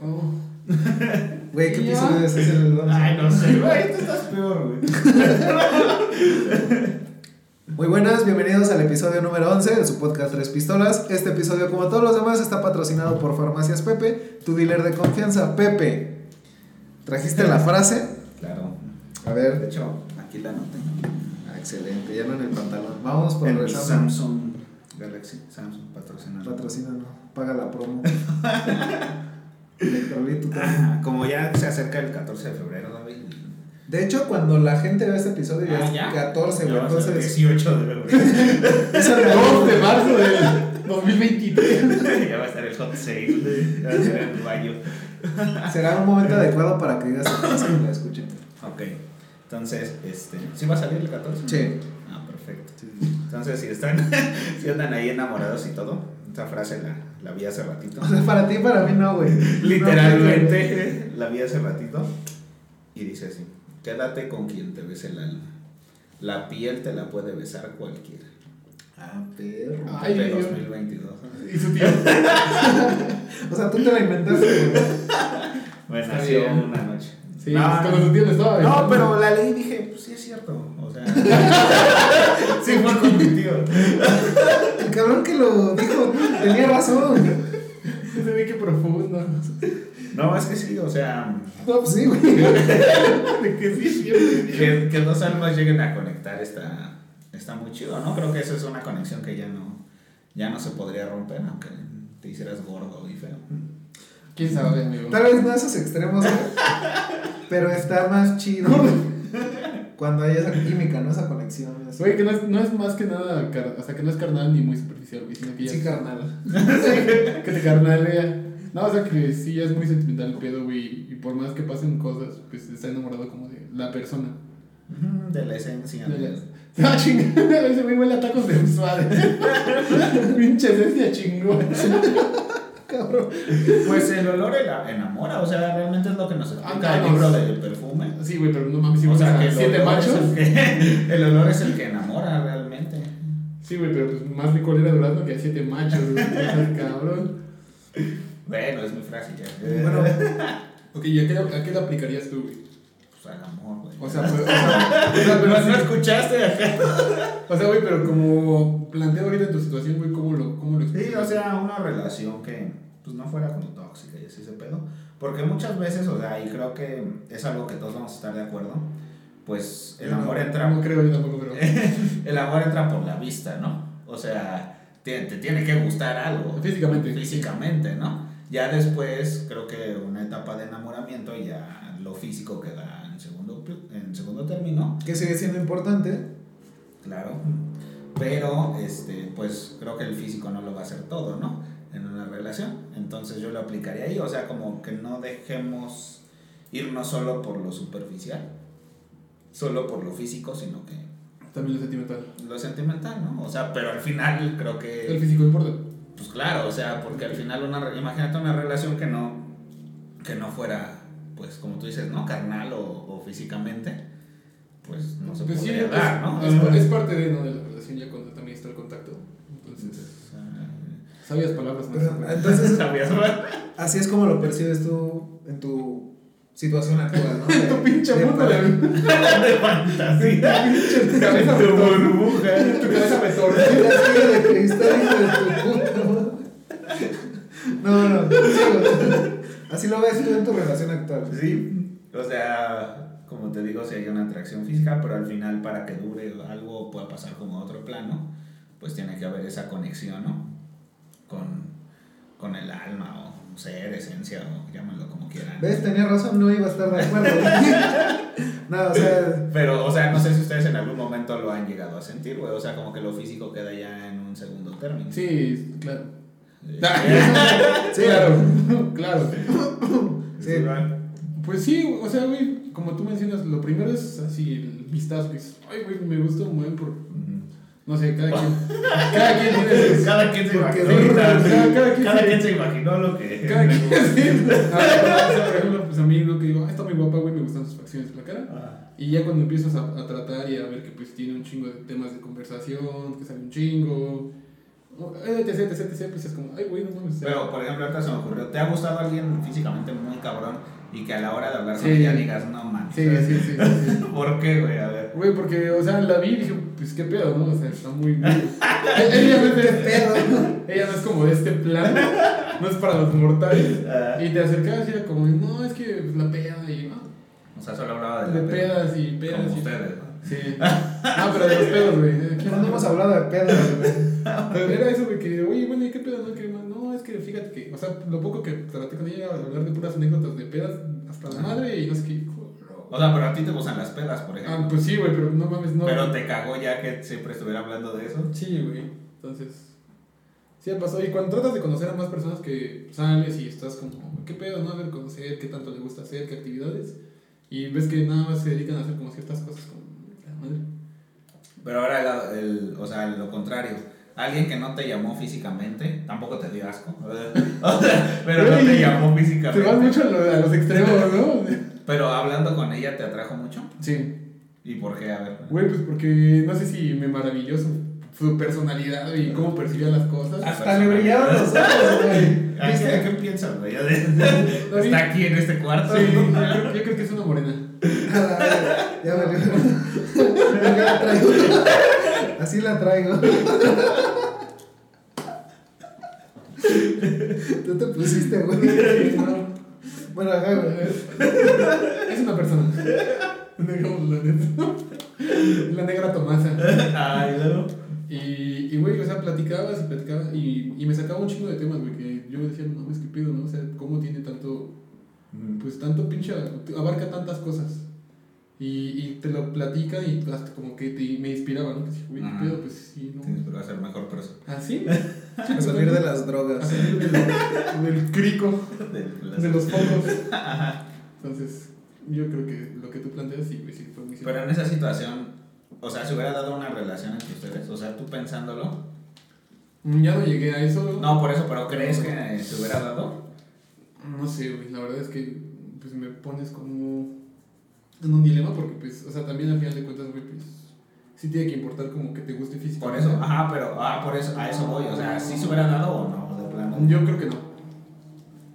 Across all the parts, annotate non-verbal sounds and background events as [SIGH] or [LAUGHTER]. Oh. Güey, ¿qué ¿Y piso yo? debes hacer el once? Ay, no sé, güey, tú estás peor, güey. Muy buenas, bienvenidos al episodio número 11 de su podcast Tres Pistolas. Este episodio, como todos los demás, está patrocinado por Farmacias Pepe, tu dealer de confianza. Pepe, ¿trajiste la frase? Claro. A De ver, hecho, aquí la noté. ah, excelente, ya no en el pantalón. Vamos por En mi regresando. Samsung Galaxy, Samsung patrocina. Patrocina, no, paga la promo. Electrolit, tu promo. Ah, como ya se acerca el 14 de febrero, David. De hecho, cuando la gente ve este episodio, ya Ah, es 14, güey. Ya va a ser Entonces, 18 de febrero. [LAUGHS] es el 2 de marzo del 2023. ya va a estar el hot sale. Ya va a ser el baño. Será un momento adecuado para que digas esa frase y la escuchen. Ok. Entonces, este. ¿Sí va a salir el 14? Sí. Ah, perfecto. Entonces, si están, [LAUGHS] si andan ahí enamorados y todo, esa frase la, la vi hace [LAUGHS] ratito. O sea, para ti y para mí no, güey. Literalmente [LAUGHS] la vi hace ratito y dice así, quédate con quien te bese el alma. La piel te la puede besar cualquiera. Ah, perro. Ay, de Dios. 2022. Y su tío. O sea, tú te la inventaste, güey. Bueno, Está nació bien. una noche. Sí, no, como su tío le estaba Ah. no, besando. pero la leí y dije, pues sí es cierto. [LAUGHS] O sea, sí fue con mi tío. El cabrón que lo dijo tenía razón. Se ve que [LAUGHS] profundo. No, es que sí, o sea, No, pues sí, güey. De que sí, es cierto. que, que dos almas lleguen a conectar está, está muy chido, ¿no? Creo que eso es una conexión que ya no, ya no se podría romper, aunque te hicieras gordo y feo. ¿Quién sabe, amigo? Tal vez no a esos extremos, güey. Pero está más chido güey, cuando hay esa química, ¿no? Esa conexión. eso. Güey, que no es, no es más que nada, car- o sea, que no es carnal ni muy superficial, güey, sino que ya Sí, carnal. [LAUGHS] que te carnalea. No, o sea que sí ya es muy sentimental el pedo, güey. Y por más que pasen cosas, pues está enamorado como de la persona. Ujú, De la esencia. De la- Ah, chingada, ese [LAUGHS] güey huele a tacos de suave. [LAUGHS] Pinche esencia chingón. Cabrón. Pues el olor ela- enamora, o sea, realmente es lo que nos explica Ah, el no, libro no. del perfume. Sí, güey, pero no mames, si o o sea, que el siete olor es machos. el que- [LAUGHS] el olor es el que enamora realmente. Sí, güey, pero pues más licor era durazno que a siete machos, güey. [LAUGHS] O sea, cabrón. Bueno, es muy frágil ya. Bueno, Ok, ¿y a qué, a qué le aplicarías tú, güey? Pues al amor, güey. O sea, [LAUGHS] pues, o sea, o sea, pero ¿No, sí- no escuchaste acá? O sea, güey, pero como planteo ahorita tu situación, güey, ¿cómo lo, cómo lo Sí, o explicas? sea, una relación que pues, no fuera como tóxica y así ese pedo. Porque muchas veces, o sea, y creo que es algo que todos vamos a estar de acuerdo, pues el Yo no- amor entra No creo yo tampoco, [LAUGHS] pero. el amor entra por la vista, ¿no? O sea, te, te tiene que gustar algo. Físicamente. Físicamente, ¿no? Ya después, creo que una etapa de enamoramiento, ya lo físico queda en segundo, pl- en segundo término, que sigue siendo importante. claro. Pero, este, pues creo que el físico no lo va a hacer todo, ¿no? En una relación. Entonces yo lo aplicaría ahí, o sea, como que no dejemos irnos solo por lo superficial, solo por lo físico, sino que También lo sentimental. lo sentimental, ¿no? O sea, pero al final creo El que, físico importa. pues claro, o sea, porque al final una, re- imagínate una relación que no, que no fuera, pues como tú dices, ¿no? Carnal o, o físicamente, pues no se Pues sí, podría es, dar, ¿no? es, es parte de, ¿no? de la relación ya cuando también está el contacto. Entonces, Entonces, ah, sabias palabras, más. Pero, [LAUGHS] Entonces, ¿sabías, verdad? así es como lo percibes tú en tu situación actual, ¿no? ah, De- [LAUGHS] Tu pinche de- mundo [LAUGHS] de [LAUGHS] De fantasía. tu [LAUGHS] cabeza Tu burbuja. Tu cabeza me torce. Tira de cristal, hijo de tu puta madre. No, no, sigo. Así lo ves tú en tu relación actual. Sí, o sea, como te digo, si hay una atracción física, pero al final para que dure algo pueda pasar como a otro plano, pues tiene que haber esa conexión, ¿no? Con, con el alma o ser, esencia o llámalo como quieran. ¿Ves? Tenía razón, no iba a estar de acuerdo. No, o sea, Pero, o sea, no sé si ustedes en algún momento lo han llegado a sentir, güey. O sea, como que lo físico queda ya en un segundo término. Sí, Ah. claro. [LAUGHS] Eh, Sí. claro, [LAUGHS] claro. sí. ¿verdad? Pues sí, o sea, güey, como tú mencionas, lo primero es así el vistazo. que dices, Ay, güey, me gusta un buen por. Ujú. No sé, cada quien. [LAUGHS] cada quien tiene sus- Cada quien se Porque imaginó, cada- cada, cada quien se- quien se imaginó lo que... Cada quien sí. [LAUGHS] A ver, o sea, por ejemplo, pues a mí lo que digo, ah, está muy guapa, güey, me gustan sus facciones de la cara. Ah, Y ya cuando empiezas a, a tratar y a ver que pues tiene un chingo de temas de conversación, que sale un chingo, etc, etc, etc, pues es como, ay, güey, no mames. o sea, Pero, por ejemplo, ahorita se me ocurrió, ¿te ha gustado alguien físicamente muy cabrón y que a la hora de hablar con Sí. ella digas, no mames? sí, sí, sí, sí, sí. [LAUGHS] ¿Por qué, güey? A ver. Güey, porque, o sea, la vi y dije, pues qué pedo, ¿no? O sea, está muy. [LAUGHS] muy- ella, no es este [LAUGHS] ella no es como de este plano, no es para los mortales. Ah, Y te acercabas y era como, no, es que pues, la peda y, ¿no? o sea, solo hablaba de De la peda. pedas y pedas Ah, Como y. ustedes, ¿no? Sí. Ah, pero de los pedos, [LAUGHS] güey. ¿Qué No onda? hemos hablado de pedos, güey. Era eso de que, oye, bueno, ¿y qué pedo? No, que, no, no, es que fíjate que, o sea, lo poco que traté con ella era hablar de puras anécdotas de pedas hasta la madre y no sé qué. hijo. O sea, pero a ti te gustan las pedas, por Ah, ejemplo. pues sí, güey, pero no mames, no. Pero te cagó ya que siempre estuviera hablando de eso. Sí, güey. Entonces, sí me pasó. Y cuando tratas de conocer a más personas que sales y estás como, ¿qué pedo? ¿No? A ver, conocer, ¿qué tanto le gusta hacer? ¿Qué actividades? Y ves que nada más se dedican a hacer como ciertas cosas como, la madre. Pero ahora, el, el- o sea, lo contrario. Alguien que no te llamó físicamente, tampoco te dio asco. [LAUGHS] O sea, pero no te Güey, Te llamó vas físicamente. mucho a, lo- a los extremos, ¿no? Pero hablando con ella te atrajo mucho. [LAUGHS] Sí. ¿Y por qué? A ver. Güey, pues porque no sé si me maravilló su, su personalidad y cómo percibía las cosas. Hasta le brillaron los ojos, güey. ¿A qué, a qué ¿Viste? piensas, [LAUGHS] güey? [LAUGHS] ¿Está bien? [LAUGHS] Está aquí en este cuarto. Sí, yo creo, yo creo que es una [LAUGHS] morena. A la verga, Ya me lo- Ya la traigo. Así la traigo. Tú te pusiste, güey. Bueno, ajá, güey. Es una persona. [LAUGHS] Digamos la neta. La negra Tomasa. Ay, luego. Y, y, güey, o sea, platicabas y platicabas y, y me sacaba un chingo de temas, güey, que yo decía, no mames, qué pedo, ¿no? O sea, ¿cómo tiene tanto, pues tanto pinche, abarca tantas cosas? Y, y te lo platica y hasta como que te, me inspiraba, ¿no? Que dije, güey, qué Ajá. pedo, pues sí, ¿no? Te inspiró a ser mejor persona. [LAUGHS] ¿Así? pues, A salir de las A drogas. salir del, del crico, de los focos. [LAUGHS] Entonces, yo creo que lo que tú planteas sí, güey, sí fue muy Pero en esa situación, o sea, se hubiera dado una relación entre ustedes. O sea, tú pensándolo. Mm, Ya no llegué a eso. No, por eso, pero ¿crees que se hubiera dado? No sé, güey, la verdad es que pues me pones como en un dilema porque pues, o sea, también al final de cuentas, güey, pues sí tiene que importar como que te guste Por físicamente. eso, ajá, pero ah, por eso, a eso voy. O sea, ¿sí se hubiera dado o no? De plano. Yo creo que no.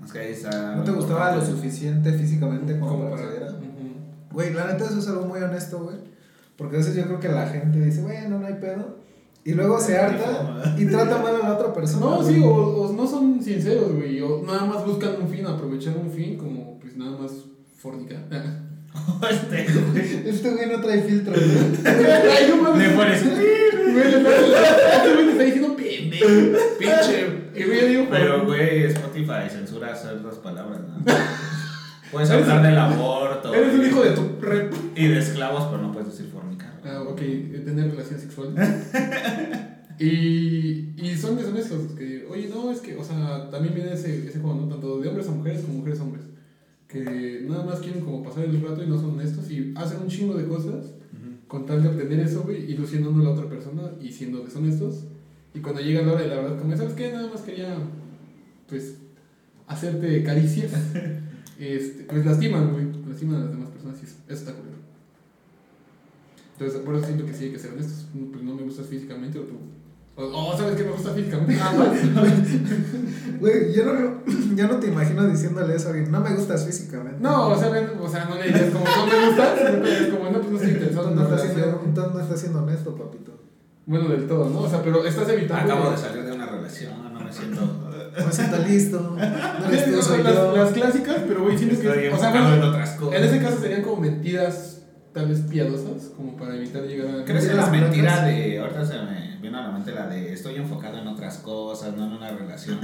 Es que ahí está. ¿No te gustaba lo suficiente? suficiente físicamente como Como para para... acceder ¿eh? a- Ujú. Güey, la neta eso es algo muy honesto, güey. Porque a veces yo creo que la gente dice, bueno, no hay pedo. Y luego se harta y trata mal a la otra persona. No, güey. sí, o, o no son sinceros, güey, o nada más buscan un fin, aprovechar un fin como pues nada más fornicar. [LAUGHS] [LAUGHS] este, güey. Este güey no trae filtro, güey. Ay, no mames. Le pones. Güey, le pones- este güey te está diciendo pendejo, pinche. Y güey, yo digo, Pero, güey, Spotify censura ciertas palabras, ¿no? [LAUGHS] Puedes hablar del aborto. eres un güey, hijo de tu rep. Y de esclavos, pero no puedes decir fornicar. Ah, ok, eh, tener relación sexual. y, y son deshonestos, que, oye, no, es que, o sea, también viene ese, ese juego, ¿no? Tanto de hombres a mujeres como mujeres a hombres. Que nada más quieren como pasar el rato y no son honestos y hacen un chingo de cosas Ujú. con tal de obtener eso, güey, ilusionando a la otra persona y siendo deshonestos. Y cuando llega la hora de la verdad, como, ¿sabes qué? Nada más quería, pues, hacerte caricias. este, pues lastiman, güey, lastiman a las demás personas y eso, eso está culero. Entonces, por eso siento que sí hay que ser honestos. No, Pues no me gustas físicamente o tú. O, oh, ¿sabes qué me gusta físicamente? Nada más. Güey, yo no, [CLEARS THROAT] yo no te imagino diciéndole eso a alguien. No me gustas físicamente. [LAUGHS] No, o sea, ven, o sea, no le dirías como, no me gustas, sino que le dirías como, no, pues no estoy interesado Entonces en no, una estás siendo, relación. entonces no estás siendo honesto, papito. Bueno, del todo, ¿no? O sea, pero estás evitando. Acabo de salir de una relación, no me siento. No me siento listo. No eres Sí, [LAUGHS] este, tú, o sea, soy las, yo. las clásicas, pero güey, siento Estoy que. O sea, enfocado en bueno, otras cosas. en ese caso serían como mentiras, tal vez piadosas, como para evitar llegar a. ¿Crees que Las la mentira plantas. de. Ahorita se me vino a la mente la de estoy enfocado en otras cosas, no en una relación.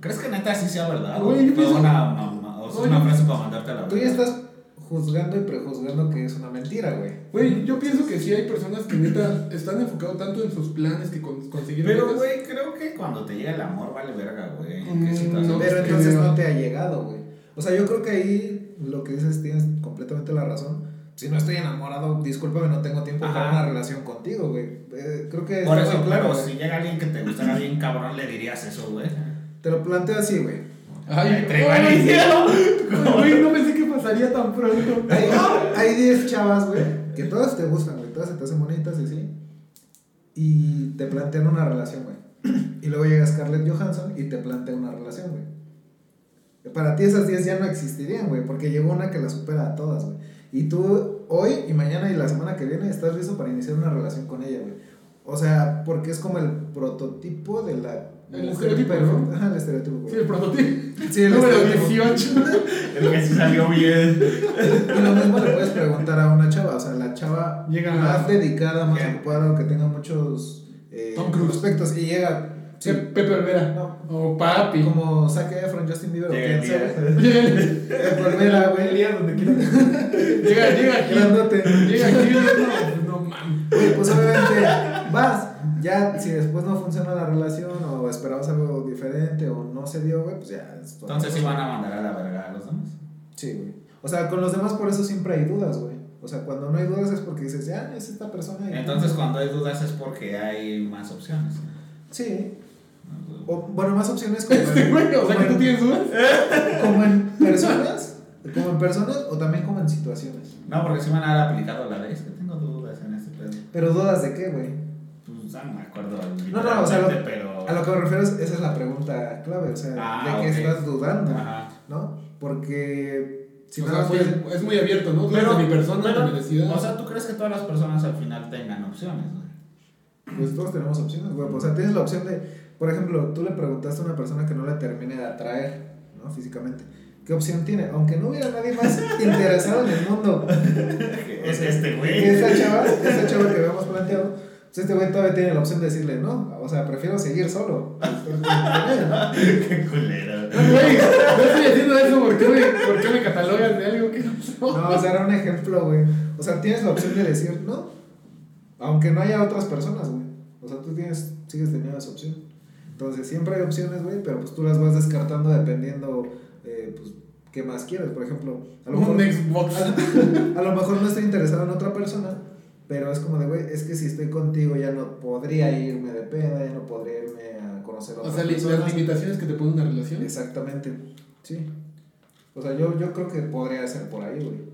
¿Crees que neta sí sea verdad? Güey, yo Fue pienso- una mamá. O sea, Oye. una frase para mandarte a la Tú ya verga. estás juzgando y prejuzgando que es una mentira, güey. Güey, yo pienso que sí hay personas que neta están enfocados tanto en sus planes que con, conseguir Pero, metas. güey, creo que cuando te llega el amor vale verga, güey. ¿En qué Mm, situación no, Pero estés? entonces creo. no te ha llegado, güey. O sea, yo creo que ahí lo que dices tienes completamente la razón. Si no estoy enamorado, discúlpame, no tengo tiempo para Ajá. una relación contigo, güey. Eh, creo que Por está eso, muy claro, güey. si llega alguien que te gustara bien cabrón, le dirías eso, güey. Te lo planteo así, güey. Ay, Entre ay, varios. Güey, no pensé que pasaría tan pronto. Hay- Hay 10 chavas, güey, que todas te gustan, güey. [CLEARS THROAT] Todas se te hacen bonitas y así. Y te plantean una relación, güey. Y luego llega Scarlett Johansson y te plantea una relación, güey. Para ti esas 10 ya no existirían, güey, porque llegó una que la supera a todas, güey. Y tú hoy y mañana y la semana que viene estás listo para iniciar una relación con ella, güey. O sea, porque es como el prototipo de la... El mujer estereotipo, ¿no? perfecta. Ajá, el estereotipo, güey. Sí, el prototipo. Sí, el número estereotipo. 18. El que sí salió bien. Y lo mismo le puedes preguntar a una chava, o sea, la chava Llega más a- dedicada, más Bien. ocupada, o que tenga muchos eh, Tom Cruise. prospectos y llega sí, Pepe Olvera. No. O papi. [LAUGHS] como Zac Efron, Justin Bieber, o Llega quien el día. sea. [LAUGHS] Eh, Olvera, El güey, día donde quiera. Llega, llega aquí. grandote. Llega aquí. No, no mames. Güey, pues obviamente vas. Ya, si después no funciona la relación o esperabas algo diferente o no se dio, güey, pues ya. es tu- Entonces sí van a mandar a la verga a los demás. Sí, güey. O sea, con los demás por eso siempre hay dudas, güey. O sea, cuando no hay dudas es porque dices, ya, es esta persona. y- Entonces cuando hay dudas es porque hay más opciones. Sí. O, bueno, más opciones como, Este güey, o sea que como tú en, tienes dudas. como en personas, como en personas o también como en situaciones. No, porque sí van a haber aplicado la ley. Es que tengo dudas en este pedo. Pero dudas de qué, güey. Pues ya no me acuerdo. No, no, o sea, lo- literalmente, pero... A lo que me refiero es, esa es la pregunta clave, o sea, Ah, de qué ok. Ah. estás dudando, Ajá. ¿no? Porque si O nada sea, pues, más sí, dices- es, es muy abierto, ¿no? Dudas Pero- de mi persona, pero, de mi necesidad. O sea, ¿tú crees que todas las personas al final tengan opciones? güey? pues todos tenemos opciones, güey. O sea, tienes la opción de, por ejemplo, tú le preguntaste a una persona que no la termine de atraer, ¿no? Físicamente. ¿Qué opción tiene? Aunque no hubiera nadie más [LAUGHS] interesado en el mundo. [LAUGHS] Es este güey. Esa chava, esa chava que habíamos planteado, pues este güey todavía tiene la opción de decirle no, o sea, prefiero seguir solo. [LAUGHS] Qué culero. No, [LAUGHS] güey, no estoy haciendo eso. ¿Por qué me, por qué me catalogas de algo que no soy? No, o sea, era un ejemplo, güey. O sea, tienes la opción de decir no, aunque no haya otras personas, güey. O sea, tú tienes, sigues teniendo esa opción. Entonces, siempre hay opciones, güey, pero pues tú las vas descartando dependiendo, eh, pues, qué más quieres. Por ejemplo, a lo mejor- Ah, Un Xbox. A lo mejor no estoy interesado en otra persona, pero es como de, güey, es que si estoy contigo ya no podría irme de peda, ya no podría irme a conocer a O otras sea, li- las personas. limitaciones que te pone una relación. Exactamente, sí. O sea, yo, yo creo que podría ser por ahí, güey.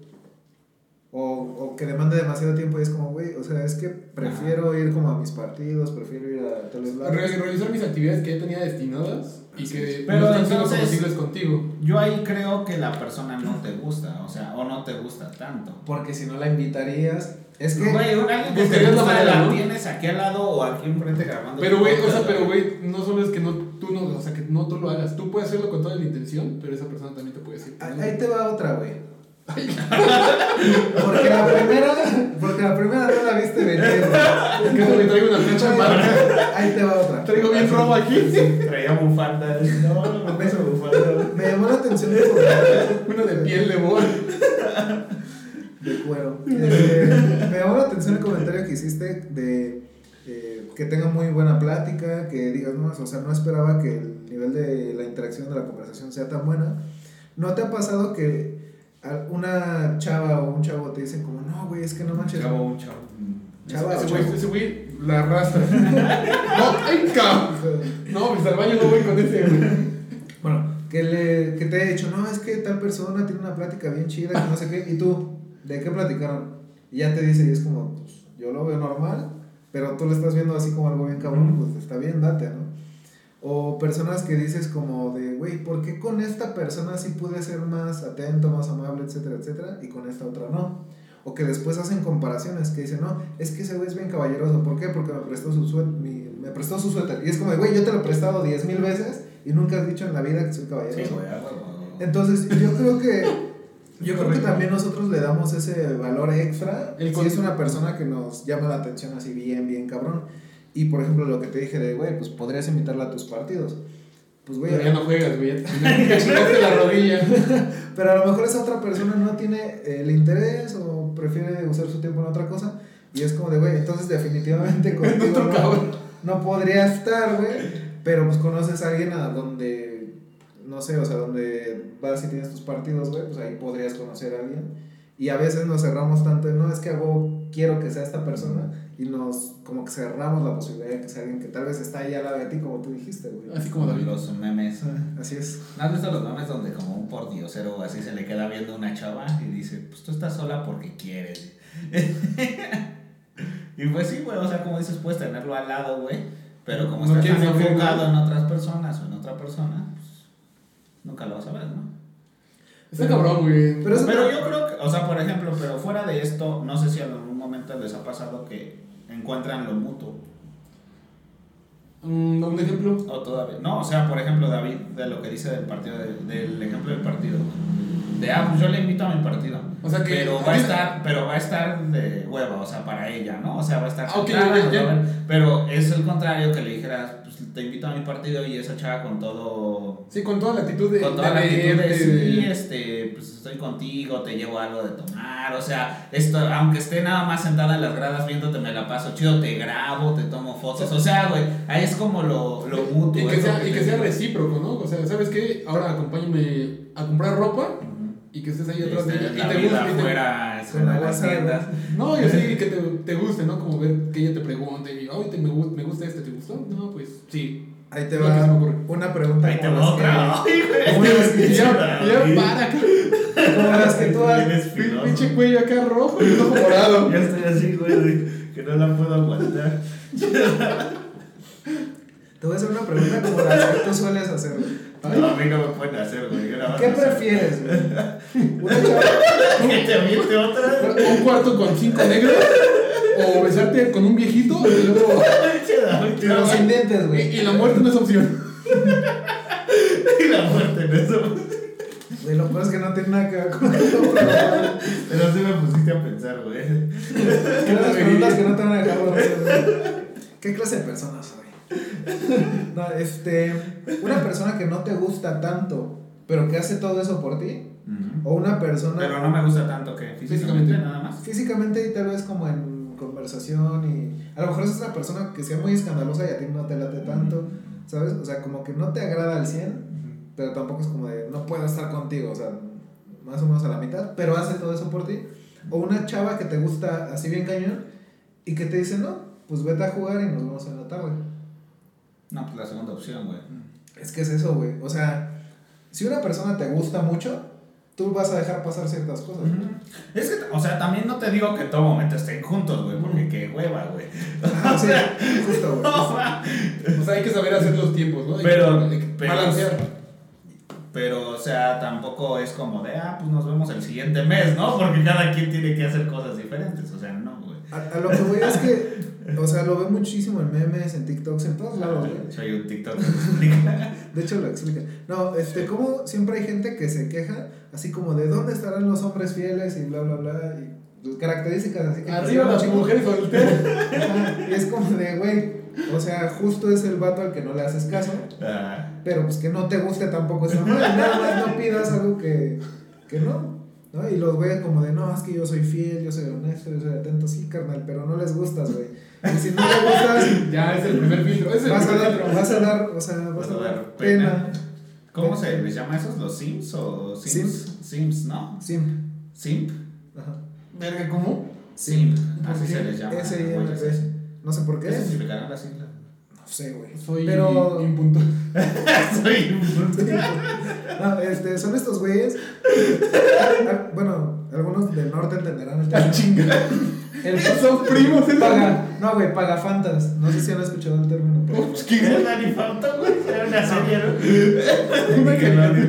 O, o que demande demasiado tiempo y es como, güey, o sea, es que prefiero ir como a mis partidos, prefiero ir a tales lados. Re- realizar mis actividades que ya tenía destinadas y que Pero no están siendo entonces- compatibles contigo. Yo ahí creo que la persona no te gusta, o sea, o no te gusta tanto. Porque si no la invitarías, es que... Güey, un alguien que te Buscarías la gusta, la, manera, ¿no? tienes aquí al lado o aquí enfrente grabando. Pero tu güey, o podcast, sea, pero güey, no solo es que no tú no, o sea, que no tú lo hagas. Tú puedes hacerlo con toda la intención, pero esa persona también te puede decir. que Ah, no. Ahí te va otra, güey. [LAUGHS] Porque la primera, porque la primera no la viste venir, güey. Es [LAUGHS] que me traigo una flecha en barra. Ahí te va [LAUGHS] otra. Traigo bien robo aquí. Traía bufanda. No, no me hizo bufanda. Me llamó la atención un comentario Una de piel de bola. de cuero. Este, me llamó la atención el comentario que hiciste de eh, que tenga muy buena plática, que digas más, o sea, no esperaba que el nivel de la interacción de la conversación sea tan buena. ¿No te ha pasado que a- una chava o un chavo te dicen como, no, güey, es que no manches? Chavo, un chavo. Chava, ese, o güey, chavo. ese güey la arrastra. [LAUGHS] no, ay, cabrón. No, pues al baño no voy con ese, güey. Bueno, que, le, que te he dicho, no, es que tal persona tiene una plática bien chida, que no sé qué, y tú, ¿de qué platicaron? Y ya te dice, y es como, pues, yo lo veo normal, pero tú lo estás viendo así como algo bien cabrón, pues está bien, date, ¿no? O personas que dices como de, güey, ¿por qué con esta persona sí pude ser más atento, más amable, etcétera, etcétera, y con esta otra no? O que después hacen comparaciones, que dicen, no, es que ese güey es bien caballeroso, ¿por qué? Porque me prestó su suéter, me prestó su suéter. Y es como, de, güey, yo te lo he prestado diez mil veces y nunca has dicho en la vida que soy caballeroso. Sí, güey, a huevo. Entonces, yo creo que yo creo que también nosotros le damos ese valor extra El si con- es una persona que nos llama la atención así bien, bien cabrón. Y por ejemplo, lo que te dije de, güey, pues podrías invitarla a tus partidos. Pues güey, Pero ya no juegas, güey. [LAUGHS] Ya chingaste la rodilla. pero a lo mejor esa otra persona no tiene el interés o prefiere usar su tiempo en otra cosa. Y es como de, güey, entonces [LAUGHS] definitivamente En contigo [LAUGHS] otro no, cabrón. no podría estar, güey. Pero pues conoces a alguien a donde, no sé, o sea, donde vas y tienes tus partidos, güey, pues ahí podrías conocer a alguien. Y a veces nos cerramos tanto, en, no, es que hago, quiero que sea esta persona. Y nos, como que cerramos la posibilidad de que sea alguien que tal vez está ahí al lado de ti, como tú dijiste, güey. Así como David. Los memes. Así es. ¿No has visto los memes donde como un pordiosero así se le queda viendo una chava y dice, pues tú estás sola porque quieres? [LAUGHS] y pues sí, güey, o sea, como dices, puedes tenerlo al lado, güey. Pero como No estás quieres tan abrir, enfocado ¿no? en otras personas o en otra persona, pues, nunca lo vas a ver, ¿no? Está cabrón, güey. Pero eso- Pero yo creo que, o sea, por ejemplo, pero fuera de esto, no sé si en algún momento les ha pasado que encuentran lo mutuo. Mm, un ejemplo. O todavía. No, o sea, por ejemplo, David, de lo que dice del partido, del, del ejemplo del partido. De, ah, pues yo le invito a mi partido. O sea que- Pero va a estar, pero va a estar de hueva, o sea, para ella, ¿no? O sea, va a estar Ah, ok, sentada, ya, nos va a ya. ver, Pero es el contrario que le dijeras, pues te invito a mi partido y esa chava con todo Sí, con toda la actitud de. con toda la de actitud de verte, sí, de- este, pues estoy contigo, te llevo algo de tomar, o sea, esto, aunque esté nada más sentada en las gradas viéndote, me la paso chido, te grabo, te tomo fotos, o sea, güey, ahí es como lo, lo mutuo. Y que, es lo sea, y te que sea digo. recíproco, ¿no? O sea, ¿sabes qué? Ahora acompáñame a comprar ropa Ujú. y que estés ahí Este, atrás de ella. la Y te vida guste. y te- afuera, Con en la las guasa, tiendas. No, yo [LAUGHS] sí, que te, te guste, ¿no? Como ver que ella te pregunte y, "Ay, te, me, gu- me gusta este, ¿te gustó? No, pues sí. Ahí te Lo que se me va ocurre. una pregunta. Ahí te como va las otra. [LAUGHS] Ay, güey. Como las Y que, ya, y ya para, cabrón. como [LAUGHS] las que tú has- Vienes filoso. Pinche cuello acá rojo y el ojo morado. Ya estoy así, güey, de que no la puedo aguantar. Te voy a hacer una pregunta como las que tú sueles hacer. güey. No, a mí no me pueden hacer, güey. yo nada [LAUGHS] más ¿Qué me acerco. prefieres? güey? ¿Una chava? [LAUGHS] ¿Que te aviente otra? ¿Un cuarto con cinco negros? ¿O besarte con un viejito? Y luego. Pinche David, Pero no, sin dientes, Y, güey. y la muerte no es opción. y la muerte en eso. Güey, lo peor es que no tiene nada que ver con [LAUGHS] esto, pero- Pero sí me pusiste a pensar, güey. ¿Qué las preguntas que no te van a dejar dormir, güey? ¿Qué clase de persona soy? No, este. Una persona que no te gusta tanto, pero que hace todo eso por ti. O una persona Pero no me gusta tanto que físicamente, Físicamente. nada más. físicamente y tal vez como en conversación y. A lo mejor es una persona que sea muy escandalosa y a ti no te late tanto. ¿Sabes? O sea, como que no te agrada al 100, pero tampoco es como de no puedo estar contigo. O sea, más o menos a la mitad, pero hace todo eso por ti. O una chava que te gusta así bien cañón y que te dice, no, pues vete a jugar y nos vemos en la tarde. No, pues la segunda opción, güey. Es que es eso, güey. O sea, si una persona te gusta mucho, tú vas a dejar pasar ciertas cosas. Es que, o sea, también no te digo que en todo momento estén juntos, güey, porque qué hueva, güey. [LAUGHS] Ah, Ajá, [LAUGHS] sí, justo, güey. O sea, hay que saber hacer los tiempos, ¿no? Hay que- Pero- hay que pero- balancear. Pero, o sea, tampoco es como de, ah, pues nos vemos el siguiente mes, ¿no? Porque cada quien tiene que hacer cosas diferentes, o sea, no, güey. A, a lo que voy es que, o sea, lo veo muchísimo en memes, en TikToks, en todos lados, güey. Soy un TikTok. que [LAUGHS] explica. De hecho, lo explican. No, este, como siempre hay gente que se queja, así como de dónde estarán los hombres fieles y bla, bla, bla. Y sus características así que. Arriba que las son mujeres solteras. [LAUGHS] Ajá, Y es como de, güey, o sea, justo es el vato al que no le haces caso, Ah, pero pues que no te guste tampoco esa madre, nada más no pidas algo que, que no, ¿no? Y los güeyes como de, no, es que yo soy fiel, yo soy honesto, yo soy atento, sí, carnal, pero no les gustas, güey. Y si no te [LAUGHS] gustas, Ya es el primer filtro. Es el vas a primer dar, filtro. vas a dar, o sea, vas a dar pena. ¿Cómo se les llama esos? ¿Los Sims o Sims? Sims, ¿no? Simp. Simp. Ajá. Verga, ¿cómo? Simp. Así ¿Por qué? se les llama. S güey, así. No sé por ¿Qué qué. significarán las siglas? [LAUGHS] No sé, güey. Soy Pero- [LAUGHS] impuntual. Soy [LAUGHS] No, este, son estos güeyes. [LAUGHS] Ah, Bueno, algunos del norte entenderán el La término. Ah, chinga. El [LAUGHS] Son primos, ¿eh? Paga, no, güey, pagafantas. No sé si han escuchado el término. [LAUGHS] pero- ¿Qué es Danny Phantom, [LAUGHS] güey? Era una serie, [LAUGHS] Una ¿no?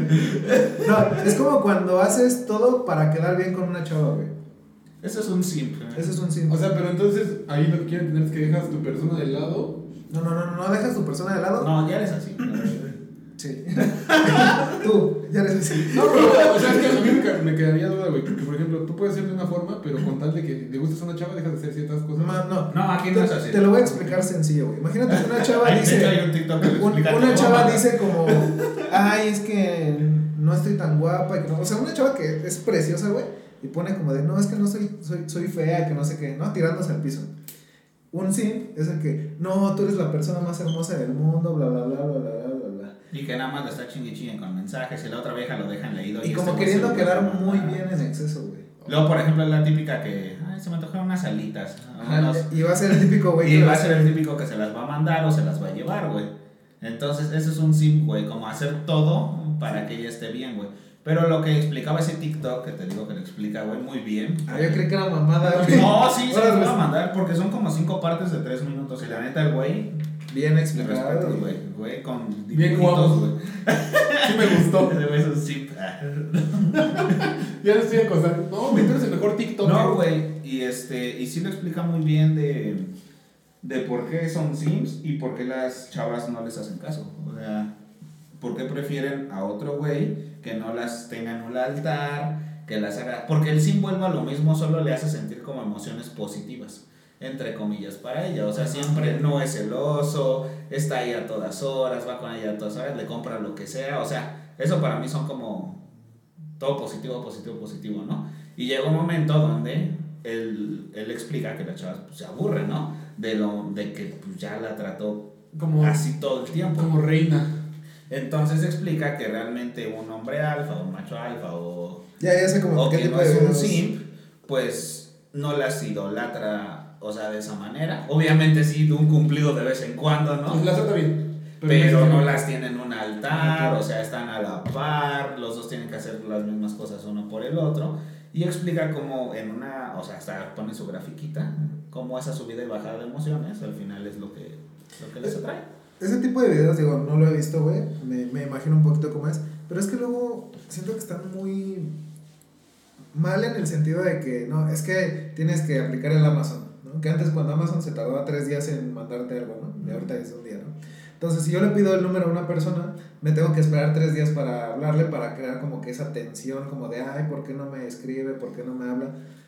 No, es como cuando haces todo para quedar bien con una chava, güey. Eso es un simp. ¿eh? Ese es un simp. O sea, pero entonces ahí lo que quieren tener es que dejas tu persona de lado. No, no, no, no, no dejas tu persona de lado. No, ya eres así. Sí. [LAUGHS] Tú, ya eres así. No, pero, o sea, es que a mí me ca- me quedaría duda, güey. Porque, por ejemplo, tú puedes ser de una forma, pero con tal de que le gustes a una chava, dejas de hacer ciertas cosas. pues, Ma- No, No, aquí no es así. Te, te lo voy a explicar sencillo, güey. Imagínate que una [LAUGHS] chava Ay, de hecho, hay dice. un TikTok que lo un- explica una todo. chava dice como, ay, es que no estoy tan guapa. y que no- O sea, una chava que es preciosa, güey, y pone como de, no, es que no soy, soy, soy fea, que no sé qué, ¿no? Tirándose al piso. Un simp es el que, no, tú eres la persona más hermosa del mundo, bla, bla, bla, bla, bla, bla, bla. Y que nada más lo está chingui chinguen con mensajes y la otra vieja lo dejan leído. Y este como güey se queriendo lo quedar puede muy mandar. bien en exceso, güey. Luego, por ejemplo, es la típica que. Ay, se me antojaron unas alitas. vámonos. Y va a ser el típico, güey. Y que va a ser el típico que se las va a mandar o se las va a llevar, güey. Entonces, eso es un sim, güey, como hacer todo para que ella esté bien, güey. Pero lo que explicaba ese TikTok, que te digo que lo explica, güey, muy bien. Ah, yo creí que era mamada, güey. No, sí, Ahora se pues, las voy a resulta. mandar porque son como cinco partes de tres minutos. Y la neta, el güey, Bien Mis explicado. respetos, y- güey. Güey, con Bien dibujitos, guapos. güey. Sí me [LAUGHS] gustó. Ese güey es un zip. Ah. Ya lo estoy acosando. No, me eres el mejor TikTok. No, güey. Y este, y sí lo explica muy bien de, de por qué son Sims y por qué las chavas no les hacen caso. O sea, por qué prefieren a otro güey que no las tenga en un altar, que las haga. Porque el Sim vuelve a lo mismo, solo le hace sentir como emociones positivas. Entre comillas para ella, o sea, siempre no es celoso, está ahí a todas horas, va con ella a todas horas, le compra lo que sea, o sea, eso para mí son como todo positivo, positivo, positivo, ¿no? Y llega un momento donde él, él explica que la chava pues, se aburre, ¿no? De, lo, de que pues, ya la trató Como, así todo el tiempo. como reina. Entonces explica que realmente un hombre alfa, un macho alfa o, Ya, ya sé como o qué que tipo no de es un videos. simp, pues no las idolatra, o sea, de esa manera. Obviamente sí, de un cumplido de vez en cuando, ¿no? Pues la trata bien. Pero es- no las tienen en un altar, Ok. o sea, están a la par, los dos tienen que hacer las mismas cosas uno por el otro. Y explica cómo en una, o sea, hasta pone su grafiquita, cómo esa subida y bajada de emociones al final es lo que, lo que les atrae. Ese tipo de videos, digo, no lo he visto, güey. Me, me imagino un poquito cómo es. Pero es que luego siento que están muy mal en el sentido de que, no, es que tienes que aplicar el Amazon, ¿no? Que antes cuando Amazon se tardaba tres días en mandarte algo, ¿no? Y ahorita es un día, ¿no? Entonces, si yo le pido el número a una persona, me tengo que esperar tres días para hablarle, para crear como que esa tensión, como de, ay, ¿por qué no me escribe? ¿Por qué no me habla?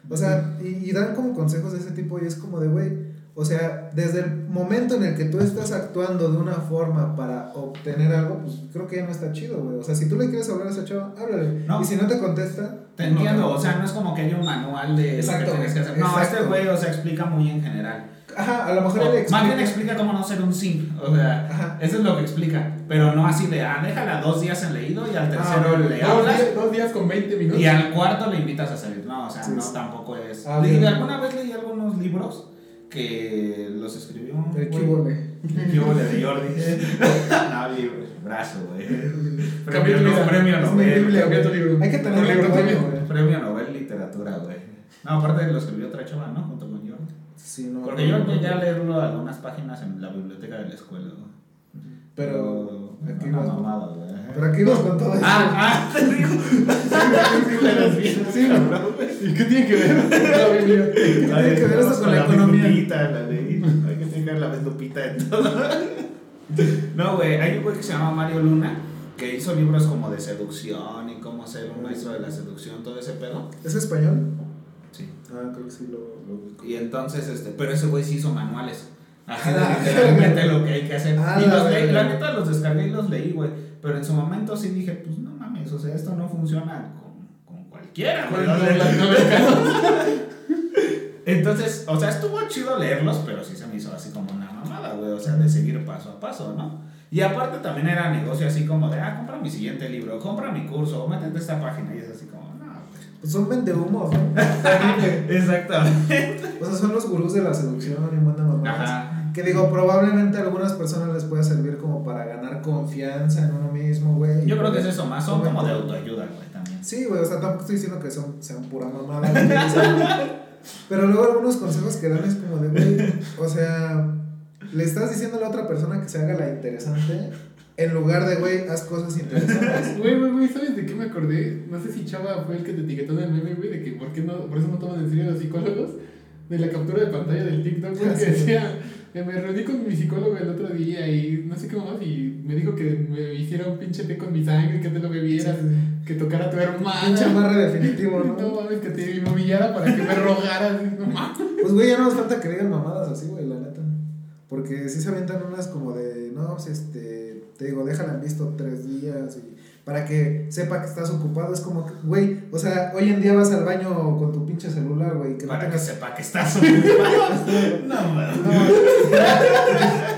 O sea, y, y dan como consejos de ese tipo y es como de, güey, o sea, desde el momento en el que tú estás actuando de una forma para obtener algo, pues creo que ya no está chido, güey. O sea, si tú le quieres hablar a esa chava, háblale. No. Y si no te contesta, Te no, entiendo, no. o sea, no es como que haya un manual de Exacto, lo que tienes que hacer. No, exacto. este güey, o sea, explica muy en general. Ajá, a lo mejor O- él más bien explica- explica cómo no ser un simp, o sea, Ajá. eso es lo que explica. Pero no así de, ah, déjala dos días en leído y al tercero le Ah, dos, hablas. días, dos días con 20 minutos. Y al cuarto le invitas a salir. No, o sea, Sí, no sí. tampoco es. Ah, Le- bien. alguna vez leí algunos libros que los escribió un El güey. chivo, güey. El chivo de Jordi. no, libro, brazo, güey. Premio, Cambió tu no- vida. premio Es mi Nobel. Biblia, cambié güey. tu libro. Hay que Tu tener libro, un tu libro, libro. güey. Premio Nobel Literatura, güey. No, aparte lo escribió otra chava, ¿no? Junto con Jordi. Sí, no. Porque yo llegué a leerlo algunas páginas en la biblioteca de la escuela, güey. Pero. Aquí Una vas- mamada, güey. Pero aquí vas con todo eso. Ah, ah, te digo. Sí, güey. ¿Y qué tiene que [LAUGHS] ver? La Biblia. ¿Qué La tiene de- que ver vamos eso con la vez economía? Lupita, la ley. Hay que tener la vez Lupita en todo. No, güey, hay un güey que se llama Mario Luna que hizo libros como de seducción y cómo ser un maestro de la seducción, todo ese pedo. ¿Es español? Sí. Ah, creo que sí lo. lo ubico. Y entonces, este, pero ese güey sí hizo manuales. Así Ah, de literalmente lo que hay que hacer. Ah, y la los leí, verga. la neta los descargué y los leí, güey. Pero en su momento sí dije, pues no mames, o sea, esto no funciona con, con cualquiera, güey. Bueno, no, la- no me caso. Entonces, o sea, estuvo chido leerlos, pero sí se me hizo así como una mamada, güey. O sea, de seguir paso a paso, ¿no? Y aparte también era negocio así como de, ah, compra mi siguiente libro, compra mi curso, o métete a esta página. Y es así como, no, güey. Pues son vendehumos, [LAUGHS] ¿no? Exactamente. O sea, son los gurús de la seducción y buena mamá. Ajá. Que digo, probablemente a algunas personas les pueda servir como para ganar confianza en uno mismo, güey. Yo creo que es eso más, son como de autoayuda, güey, también. Sí, güey, o sea, tampoco estoy diciendo que son, sean pura mamada. güey, o sea, [LAUGHS] pero luego algunos consejos que dan es como de, güey, o sea, le estás diciendo a la otra persona que se haga la interesante en lugar de, güey, haz cosas interesantes. Güey, güey, güey, ¿sabes de qué me acordé? No sé si Chava fue el que te etiquetó en el meme, güey, de que por, qué no, por eso no toman en serio a los psicólogos. De la captura de pantalla del TikTok, Ah, güey, que decía, eh, me reuní con mi psicólogo el otro día y no sé qué más, y me dijo que me hiciera un pinche té con mi sangre, que te lo bebieras, que tocara a tu Pinche hermana. barra definitivo, No ¿no? mames, que te me humillara para [LAUGHS] que me rogaras, no mames. Pues, güey, ya no nos falta que digan mamadas así, güey, la neta. Porque sí se avientan unas como de, no, pues, este, te digo, déjala en visto tres días y para que sepa que estás ocupado. Es como, que, güey, o sea, hoy en día vas al baño con tu pinche celular, güey, que no Para que tengas sepa que estás [LAUGHS] ocupado. No, mames. No,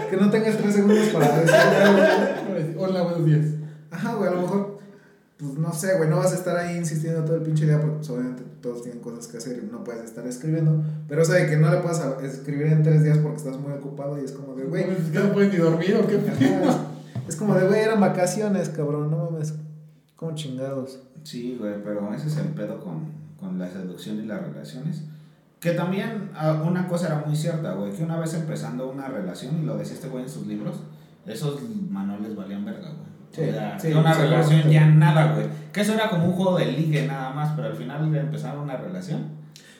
que [LAUGHS] no tengas tres segundos para decir algo. Hola, buenos días. Ajá, güey, a lo mejor, pues no sé, güey, no vas a estar ahí insistiendo todo el pinche día porque pues, obviamente todos tienen cosas que hacer y no puedes estar escribiendo. Pero, o sea, de que no le puedas a- escribir en tres días porque estás muy ocupado y es como de, güey. Pues, Mames, ¿qué no puedes ni dormir [LAUGHS] o qué? ajá, Es como de, güey, eran vacaciones, cabrón, no mames. Como chingados. Sí, güey, pero ese es el pedo con, con la seducción y las relaciones. Que también ah, una cosa era muy cierta, güey, que una vez empezando una relación, y lo decía este güey en sus libros, esos manuales valían verga, güey. Sí, o sea, sí, que una seguramente. relación ya nada, güey. Que eso era como un juego de ligue nada más, pero al final de empezar una relación,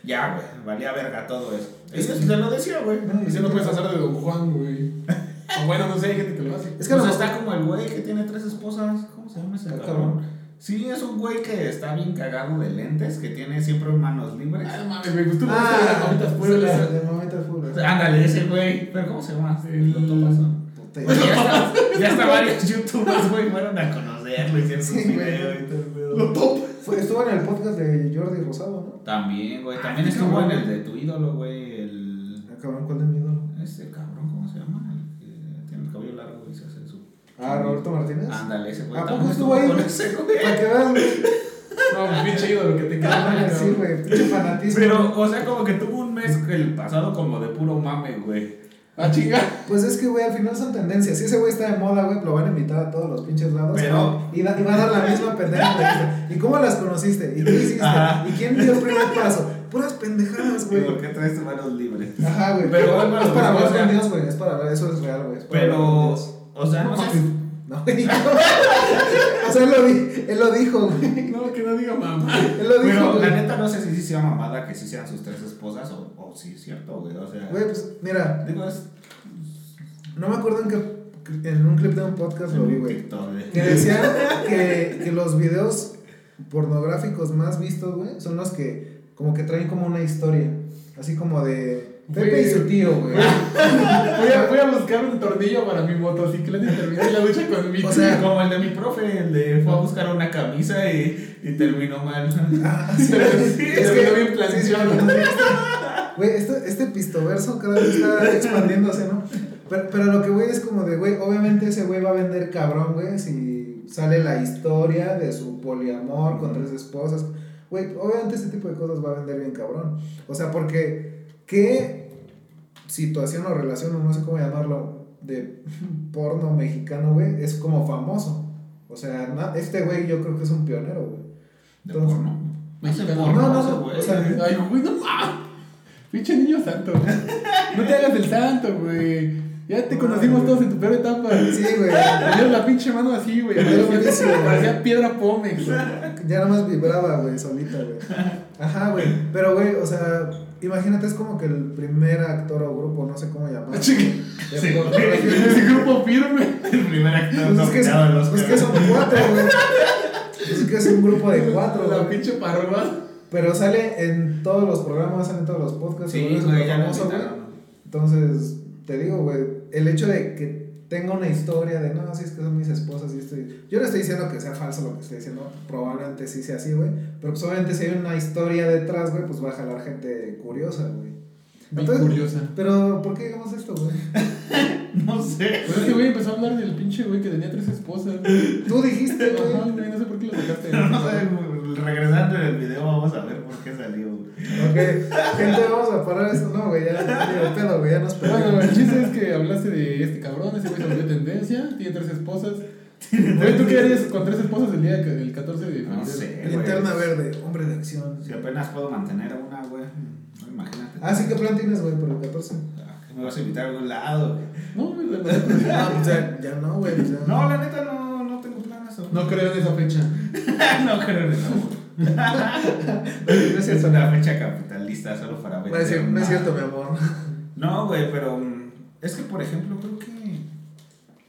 ya, güey, valía verga todo eso. Es Eso que- se lo decía, güey. Y si no puedes hacer de Don Juan, güey. O bueno, no sé, hay gente que lo hace. Es Es que que a lo mejor- Pues está como el güey que tiene tres esposas. ¿Cómo se llama ese Está cabrón? Sí, es un güey que está bien cagado de lentes, que tiene siempre manos libres. Ah, no mames, güey, pues tú no vas a ver las mamitas la- puras. de mamita full. Ándale, ese güey. ¿Pero cómo se llama? El- [LAUGHS] Puta, Bueno, Pues ya, está, ya hasta varios youtubers, güey, fueron a conocerlo, hicieron sus Sí, güey. videos y todo el pedo. Fue- estuvo en el podcast de Jordi Rosado, ¿no? También, güey. También Ah, estuvo cabrón. en el de tu ídolo, güey. El. Ah, cabrón, ¿cuál de mi ídolo? Ese cabrón, ¿cómo se llama? El que tiene el cabello largo y se hace su. Ah, Roberto Martínez. Ándale, ese güey. ¿A también poco estuvo ahí? con ese, güey. Para que vean, No, pues bien chido lo que te cabrón, queda. sí, güey. güey, pinche fanatismo. Pero, o sea, como que tuvo un mes que el pasado como de puro mame, güey. Ah, chinga. Pues es que, güey, al final son tendencias. Si ese güey está de moda, güey, lo van a invitar a todos los pinches lados. Pero- Y, da- y va a dar la misma pendeja. de esa. ¿Y cómo las conociste? ¿Y qué hiciste? Ajá. ¿Y quién dio el primer paso? Puras pendejadas, ¿Y güey. por qué traes manos libres? Ajá, güey. Pero, bueno, es para pues, hablar o sea- con Dios, güey. Es para hablar, eso es real, güey. es para hablar con Pero, Dios. o sea, no sé. No, [LAUGHS] güey. o sea, él lo, di- él lo dijo, güey. No, que no diga mamá. Él lo dijo. Pero güey. la neta no sé si sí sea mamada que sí sean sus tres esposas o, o sí es cierto, güey. O sea, Güey, pues, mira, digo, es no me acuerdo en qué. En un clip de un podcast lo vi, un güey. TikTok, güey. Que decía que, que los videos pornográficos más vistos, güey, son los que como que traen como una historia. Así como de Pepe y su tío, güey. Voy a, voy a buscar un tornillo para mi motocicleta y terminé la ducha con mi. O sea, como el de mi profe, el de fue a buscar una camisa y, y terminó mal. [LAUGHS] Ah, sí, Pero güey. sí, Es lo que- veo bien sí, planchado. sí, sí, sí. Güey, este, este pistoverso cada vez está expandiéndose, ¿no? Pero, pero lo que voy es como de, güey, obviamente ese güey va a vender cabrón, güey, si sale la historia de su poliamor con tres esposas. Güey, obviamente ese tipo de cosas va a vender bien cabrón. O sea, porque qué situación o relación, o no sé cómo llamarlo, de porno mexicano, güey, es como famoso. O sea, na- este güey yo creo que es un pionero, güey. De Entonces- porno. Hace Mexicano. porno, No, no, ese no, güey. o sea, [LAUGHS] Ay, güey, no mames. Pinche niño santo. güey. No te hagas el santo, güey. Ya te conocimos todos en tu peor etapa. Sí, güey. Tenías la pinche mano así, güey. Era buenísimo, Parecía, güey. parecía piedra pómex. güey. Ah, Ya nada más vibraba, güey, solita, güey. Ajá, güey. Pero, güey, o sea, imagínate, es como que el primer actor o grupo, no sé cómo [LAUGHS] llamarlo. Chinga. de Sí, pornografía. Ese grupo firme. [LAUGHS] el primer actor Pues es, que es, nominado al Oscar. pues es que son cuatro, güey. Pues es que es un grupo de cuatro, La güey. pinche parva. Pero sale en todos los programas, sale en todos los podcasts. se Sí, vuelve güey, ya lo superfamoso, güey. invitaron. Entonces, te digo, güey, el hecho de que tenga una historia de no, si es que son mis esposas y estoy. Yo no estoy diciendo que sea falso lo que estoy diciendo, probablemente sí sea así, güey. Pero pues obviamente si hay una historia detrás, güey, pues va a jalar gente curiosa, güey. Bien Entonces- curiosa. Pero, ¿por qué digamos esto, güey? [LAUGHS] No sé. Pero este güey empezó a hablar del pinche güey que tenía tres esposas. güey. Tú dijiste, güey. Ajá, güey, no sé por qué lo sacaste. Pero no sé, regresando en el video vamos a ver por qué salió. güey. Ok, gente, vamos a parar esto, no, güey, ya, ya de pedo, güey, ya nos Bueno, perdimos. el chiste es que hablaste de este cabrón, ese güey se volvió tendencia, tiene tres esposas. Güey, ¿tú qué harías con tres esposas el día que, el 14 de febrero? No sé, güey. Linterna verde, hombre de acción. Si apenas puedo mantener a una, güey. No, imagínate. Ah, sí, ¿qué plan tienes, güey, por el 14? Ah, que me vas a invitar a algún lado, güey. No, güey, la verdad, [LAUGHS] Ah, pues ya, ya no, güey. pues ya. No, la neta no, no tengo planes. o- no creo en esa fecha. no creo en el [LAUGHS] amor. no es Es cierto. una fecha capitalista solo para Va a decir, vender. no es cierto, mi más. amor. No, güey, pero mm, es que, por ejemplo, creo que.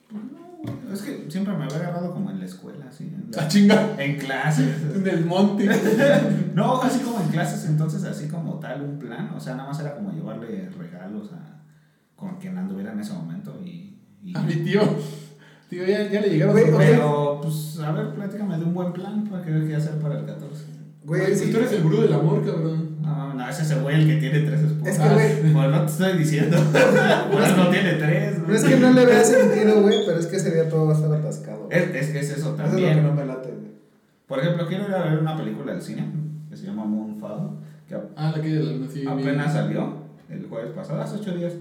pues, No, güey, Es que siempre me había agarrado como en la escuela, así. En, Ah, chinga. en clases. En el monte. [LAUGHS] No, así como en clases, entonces, así como tal, un plan. O sea, nada más era como llevarle regalos a. con quien anduviera en ese momento y. y- A mi tío. Tío, ya, ya le llegaron Güey, sus- ok. Pero, pues, a ver, platícame de un buen plan para que vea qué hacer para el 14. Güey, Pues sí. tú eres el gurú del amor, cabrón. No, no, ese es el güey el que tiene tres esposas. Es que, güey, Pues no te [LAUGHS] estoy diciendo. Pues no tiene tres, no güey. es que no le vea sentido, güey, pero es que ese día todo va a estar atascado. Eh, güey. Es, es que es eso Eso es lo que también. no me late, güey. Por ejemplo, quiero ir a ver una película al cine que se llama Moonfall, que a- Ah, la que la, sí, apenas salió el jueves pasado, hace ocho días.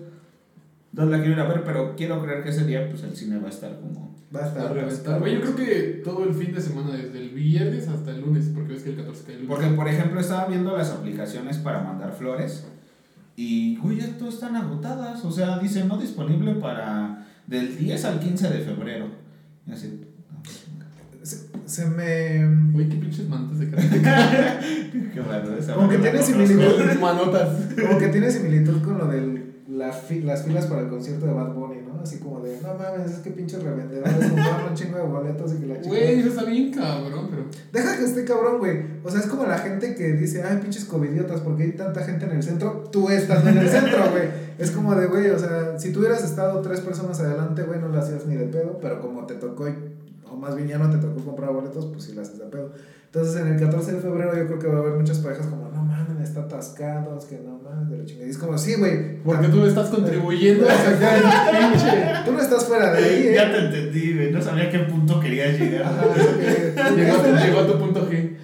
Entonces la quiero ir a ver, pero quiero creer que ese día pues el cine va a estar como... Va a A estar reventar. atascado. Güey, yo creo que todo el fin de semana, desde el viernes hasta el lunes, porque ves que el 14 cae el lunes. Porque, por ejemplo, estaba viendo las aplicaciones para mandar flores Y, güey, ya todas están agotadas. O sea, dice, no disponible para del 10 al 15 de febrero. Y así, [LAUGHS] Se, se me. Güey, qué pinches mantas de [LAUGHS] cara. qué raro esa Como que barba, tiene ¿no? [LAUGHS] similitud. Manotas. Como que tiene similitud con lo de las filas para el concierto de Bad Bunny, ¿no? Así como de, no mames, es que pinches revendedores [LAUGHS] compraron un chingo de boletos y que la Güey, chica. eso está bien cabrón, pero. Deja que esté cabrón, güey. O sea, es como la gente que dice, ay, pinches covidiotas, porque hay tanta gente en el centro. Tú estás en el centro, güey. Es como de, güey, o sea, si tú hubieras estado tres personas adelante, güey, no la hacías ni de pedo, pero como te tocó, y- o más bien ya no te tocó comprar boletos, pues sí la haces de pedo. Entonces, en el 14 de febrero yo creo que va a haber muchas parejas como, no mames, está atascado, es que no mames, de la chingada. Y es como, sí, güey. Porque tú estás contribuyendo a [LAUGHS] sacar el pinche. [LAUGHS] Tú no estás fuera de ahí, ¿eh? Ya te entendí, güey. No sabía a qué punto querías Ajá, llegar. eh, Llegó, a- llegó a tu punto G.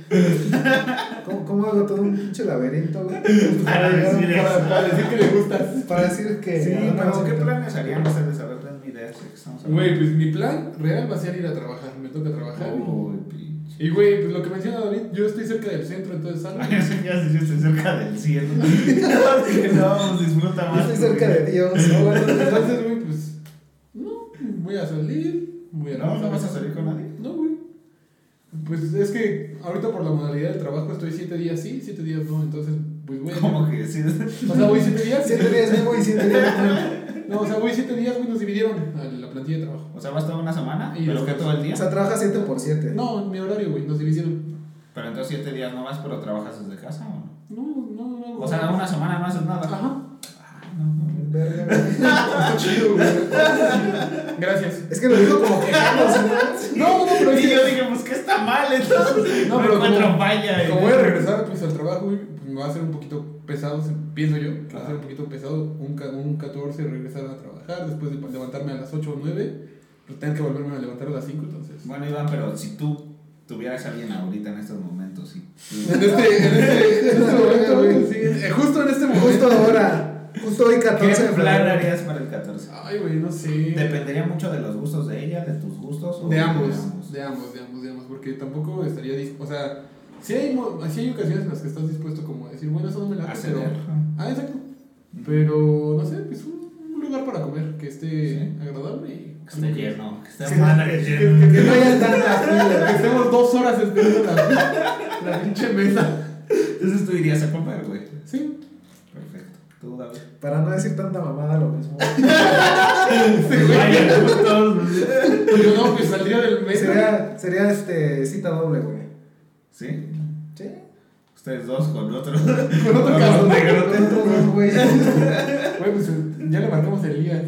¿Cómo, cómo hago todo un pinche laberinto, [LAUGHS] güey? Para decir eso. Para decir que le gustas. Para decir que. Sí, Ah, pero sí, ¿qué que- planes harían ustedes? A ver, denme ideas. ya que estamos hablando. Güey, pues mi plan real va a ser ir a trabajar. Me toca trabajar. Uy, pinche. Y güey, pues lo que menciona David, yo estoy cerca del centro, entonces salgo. Ay, eso ya se yo estoy cerca del [LAUGHS] cielo. Así que pues, no, disfruta Yo más. estoy cerca de Dios. Pues No, bueno, [LAUGHS] [LAUGHS] entonces, güey, pues. No, voy a salir. Voy a No, no vas a salir con nadie. No, güey. Pues es que ahorita por la modalidad del trabajo estoy 7 días sí, 7 días no. Entonces, pues, güey. ¿Cómo que sí? O sea, voy 7 días. Siete días vivo y siete días muerto. No, o sea, voy 7 días, güey, nos dividieron a la plantilla de trabajo. O sea, vas toda una semana, Y pero que después- todo el día. O sea, trabaja siete por siete. No, en mi horario, güey, nos dividieron. Pero entonces siete días no vas, pero trabajas desde casa o no? No, no, no. güey. O sea, una semana no haces nada. Ajá. Ay, no, no. Verga, güey. Está chido, güey. Gracias. Es que lo digo como quejándose, ¿no? Sí. No, no, pero es Y que- yo dije, pues que está mal, entonces. No, No, pero pero encuentro como- falla. Como eh. voy a regresar pues, al trabajo, güey, pues, me va a ser un poquito pesado, se- pienso yo, que va a ser un poquito pesado un, ca- un 14 regresar a trabajar, después de levantarme a las 8 o 9, pues tener que volverme a levantar a las 5, entonces. Bueno, Iván, pero si tú tuvieras a alguien ahorita en estos momentos, sí. [LAUGHS] En este, en este, [LAUGHS] en este momento, güey, sí, eh, justo en este momento. Justo ahora. Justo hoy ¿Qué 14 de plan febrero. harías para el 14? Ay, güey, no sé. Dependería mucho de los gustos de ella, de tus gustos. o De ambos, de ambos, de ambos, de ambos, porque tampoco estaría, dis- o sea, si hay, mo- sí hay ocasiones en las que estás dispuesto como a decir, bueno, eso no me la hace, Acceder. pero... Ah, exacto. Pero, no sé, pues un, un lugar para comer que esté Sí. agradable y... Que esté lleno, que esté Sí. mal. que Que, que no haya tanta Que fila. estemos dos horas esperando la, la pinche mesa. Entonces tú irías a comer, güey. Sí. Perfecto. Tú, David. Para no decir tanta mamada lo [LAUGHS] mismo. Vaya, todos. Yo no, pues saldría del metro. Sería, sería este, cita doble, güey. ¿Sí? Sí. Ustedes dos con otro. Con otro cabrón. Otros dos güeyes. [LAUGHS] Güey, pues ya le marcamos el día.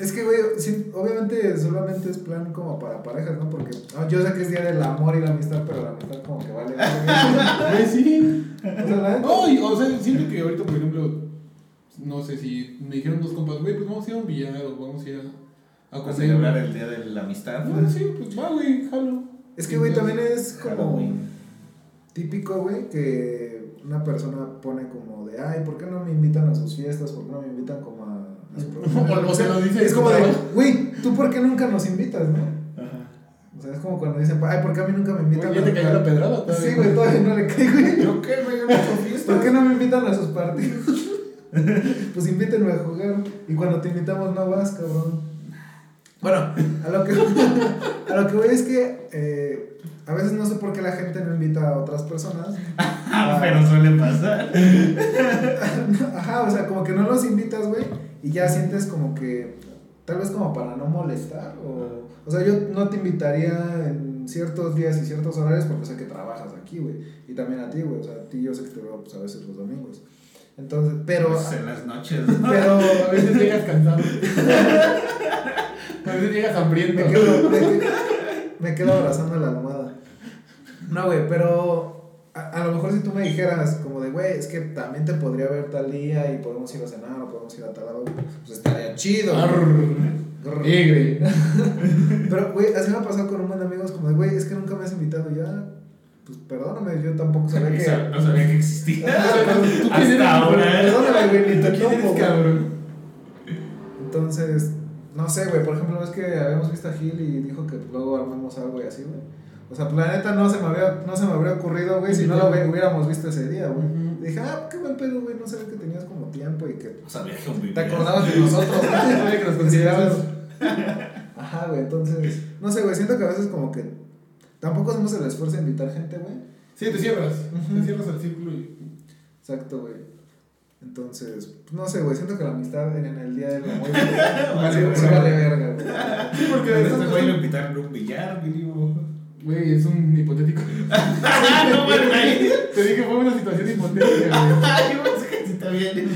Es que, güey, sí, obviamente solamente es plan como para parejas, ¿no? Porque ah, yo sé que es día del amor y la amistad, pero la amistad como que vale. [LAUGHS] verga. Güey, sí. o sea, la neta, No, y, o sea, siento que ahorita, por ejemplo, no sé si me dijeron dos compas, güey, pues vamos a ir a un billar o vamos a ir a, a A comer. celebrar el día de la amistad. Ah, sí, pues va, güey, jalo. Es que, güey, también es como Halloween. típico, güey, que una persona pone como de, ay, ¿por qué no me invitan a sus fiestas? ¿Por qué no me invitan como a, [LAUGHS] a su programa? O- o se lo dice Es como de, en su güey, ¿tú por qué nunca nos invitas, no? Ajá. O sea, es como cuando dicen, ay, ¿por qué a mí nunca me invitan? Güey, ya te a- cayó la pedrada todavía. Sí, güey, todavía no le cae, güey. ¿Yo qué, güey? Yo no he hecho ¿Por fiestas. qué no me invitan a sus partidos? [LAUGHS] pues invítenme a jugar. Y cuando te invitamos no vas, cabrón. Bueno, a lo que, [LAUGHS] a lo que voy es que eh, a veces no sé por qué la gente no invita a otras personas. [LAUGHS] Ah, pero suele pasar. [LAUGHS] Ajá, o sea, como que no los invitas, güey. Y ya sientes como que, tal vez como para no molestar. O, o sea, yo no te invitaría en ciertos días y ciertos horarios porque sé que trabajas aquí, güey. Y también a ti, güey. O sea, a ti yo sé que te veo pues, a veces los domingos. Entonces, pero... Pues en las noches. [LAUGHS] Pero A veces llegas cansado. A veces llegas hambriento. me quedo, [LAUGHS] me quedo- me quedo abrazando la almohada. No, güey, pero a, a lo mejor si tú me dijeras, como de, güey, es que también te podría ver tal día y podemos ir a cenar o podemos ir a tal lado, pues estaría chido. Ah, güey. Arr, Tigre. Pero, güey, así me ha pasado con un buen amigo, es como de, güey, es que nunca me has invitado. Y Ya, pues perdóname, yo tampoco sabía O sea, que. No sabía que existía. ¿Tú quién eres? Hasta ahora. ¿eh? Perdóname, güey, ni ¿Tú te quién topo, eres, güey. cabrón? Entonces, no sé, güey, por ejemplo, es que habíamos visto a Gil y dijo que luego armamos algo y así, güey. O sea, pues, la neta no se me habría, no se me habría ocurrido, güey, si no lo hubi- hubiéramos visto ese día, güey. Ujú. Dije, ah, qué buen pedo, güey, no sabía que tenías como tiempo y que O sea, había convivido. te acordabas de nosotros, [LAUGHS] güey. Sabía que nos considerabas. Ajá, güey, entonces, no sé, güey, siento que a veces como que tampoco hacemos el esfuerzo de invitar gente, güey. Sí, te cierras. Ujú. Te cierras al círculo y. Exacto, güey. Entonces, pues, no sé, güey, siento que la amistad en, en el día del [LAUGHS] amor güey, vale, Vale, sí verga. vale verga, güey. Sí, porque Pero estás- este güey lo invitaron a un billar, mínimo. Güey, es un hipotético. no, güey. Te dije, fue una situación hipotética, Ay, yo pensé que sí está bien.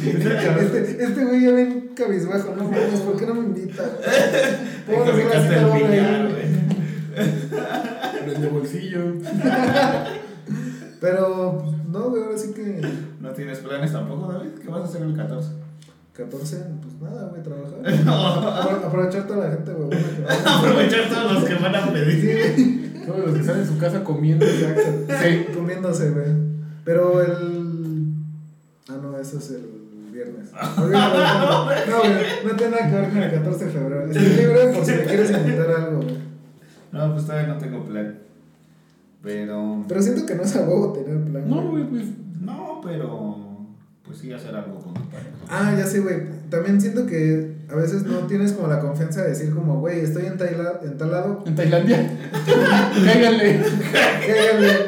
Este, este güey ya ven cabizbajo, no mames, ¿por qué no me invita? Puedo Te hacer una ubicaste cita el doble billar, ahí. güey. güey. Desde bolsillo. Pero, pues, no, güey, ahora sí que ¿No tienes planes tampoco, David? ¿Qué vas a hacer el 14? 14, pues nada, güey, trabajar. Apro- Aprovechar toda la gente, güey. buena que [LAUGHS] va. Aprovechar todos los que van a pedir. [LAUGHS] Sí, Todos los que están en su casa comiendo. exacto. Sí. Comiéndose, güey. Pero el. Ah, no, eso es el [LAUGHS] viernes. Olvídalo, No, no, güey, no tiene nada que ver con el 14 de febrero. Estoy libre por si me quieres invitar a algo, güey. No, pues todavía no tengo plan. Pero. Pero siento que no es a huevo tener plan. No, güey, pues. No, pero. Pues sí, hacer algo con tu [LAUGHS] pareja. Ah, ya sé, güey. También siento que a veces no tienes como la confianza de decir, como, güey, estoy en, Taila- en tal lado. En Tailandia. Cáiganle. Cállale.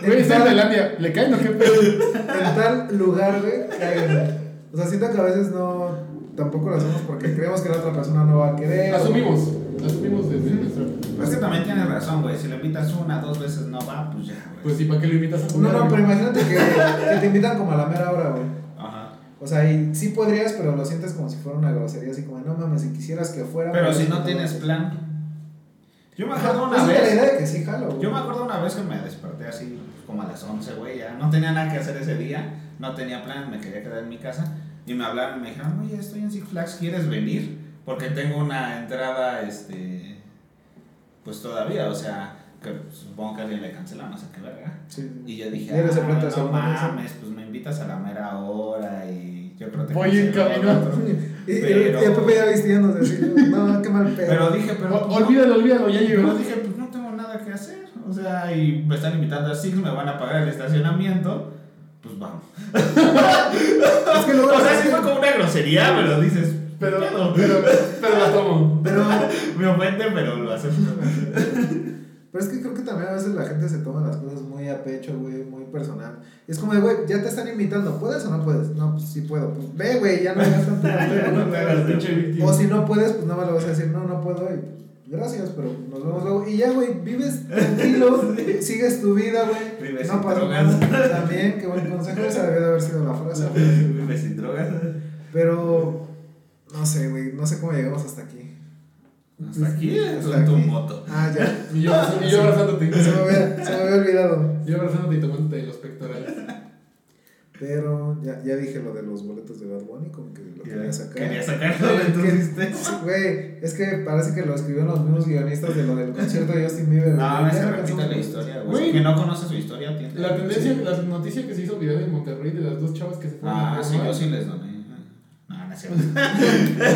[LAUGHS] Güey, está en Tailandia. ¿Le caen o qué pedo? en tal lugar, güey, cállate. O sea, siento que a veces no, tampoco lo hacemos porque creemos que la otra persona no va a querer. Asumimos. Asumimos desde nuestro. Pues que también tienes razón, güey. Si le invitas una, dos veces no va, pues ya, güey. Pues sí, ¿para qué lo invitas a No, comer? no, güey? pero imagínate que, que te invitan como a la mera hora, güey. Ajá. O sea, y sí podrías, pero lo sientes como si fuera una grosería, así como, no mames, si quisieras que fuera. Pero pues, si no te- tienes plan. Yo me Ajá, acuerdo esa Pues una es la vez. idea de que sí, jalo, güey. Yo me acuerdo una vez que me desperté así como a las 11, güey, ya no tenía nada que hacer ese día, no tenía plan, me quería quedar en mi casa y me hablaron y me dijeron, oye, estoy en Six Flags, ¿quieres venir? Porque tengo una entrada, este, pues todavía, o sea, que supongo que alguien le cancela, no sé qué verga. Sí. Y yo dije, Y eres el ah, plato de no segunda mesa". mames, pues me invitas a la mera hora y yo creo que... Voy en camino. Y, y- Pero- y el Pepe ya vistiéndose así, no, qué mal pedo. Pero dije, pero... O- Olvídalo, olvídalo, ya Yo llegó. dije, pues no tengo nada que hacer. O sea, y me están invitando a Six, me van a pagar el estacionamiento. Pues vamos. es que luego [LAUGHS] O la sea, sí gente- fue como una grosería, pero dices, Pero, pero pero, pero la tomo. pero, me ofende, pero lo acepto. [LAUGHS] pero es que creo que también a veces la gente se toma las cosas muy a pecho, güey, muy personal. Y es como de, güey, ya te están invitando, ¿puedes o no puedes? No, pues sí puedo. Pues ve, güey, ya no hagas tanto mal pedo, No güey. te hagas pinche O víctima. si no puedes, pues nada más le vas a decir, no, no puedo hoy. Gracias, pero nos vemos luego. Y ya, güey, vives tranquilo, sigues tu vida, güey. Vives no sin pasa drogas. nada. [LAUGHS] También, qué buen consejo, esa debió de haber sido la frase. güey. Vive sin drogas. Pero, no sé, güey, no sé cómo llegamos hasta aquí. Hasta aquí, Hasta en tu aquí. moto. Ah, ya. Y yo, y yo abrazándote. Se me había, se me había olvidado. Yo abrazándote y tomándote los pectorales. Pero ya, ya dije lo de los boletos de Bad Bunny, como que lo quería sacar. Quería sacarlo de tu ¿Qué? existencia. Sí, Güey, es que parece que lo escribieron los mismos guionistas de lo del concierto de Justin Bieber. No, güey. es Ya que no repite pensamos- la historia, güey. Güey. Que no conoce su historia, tiene. La tendencia, la noticia que se hizo viral en Monterrey de las dos chavas que se fueron Ah, a sí, Roma. yo sí les doné. No, no es cierto.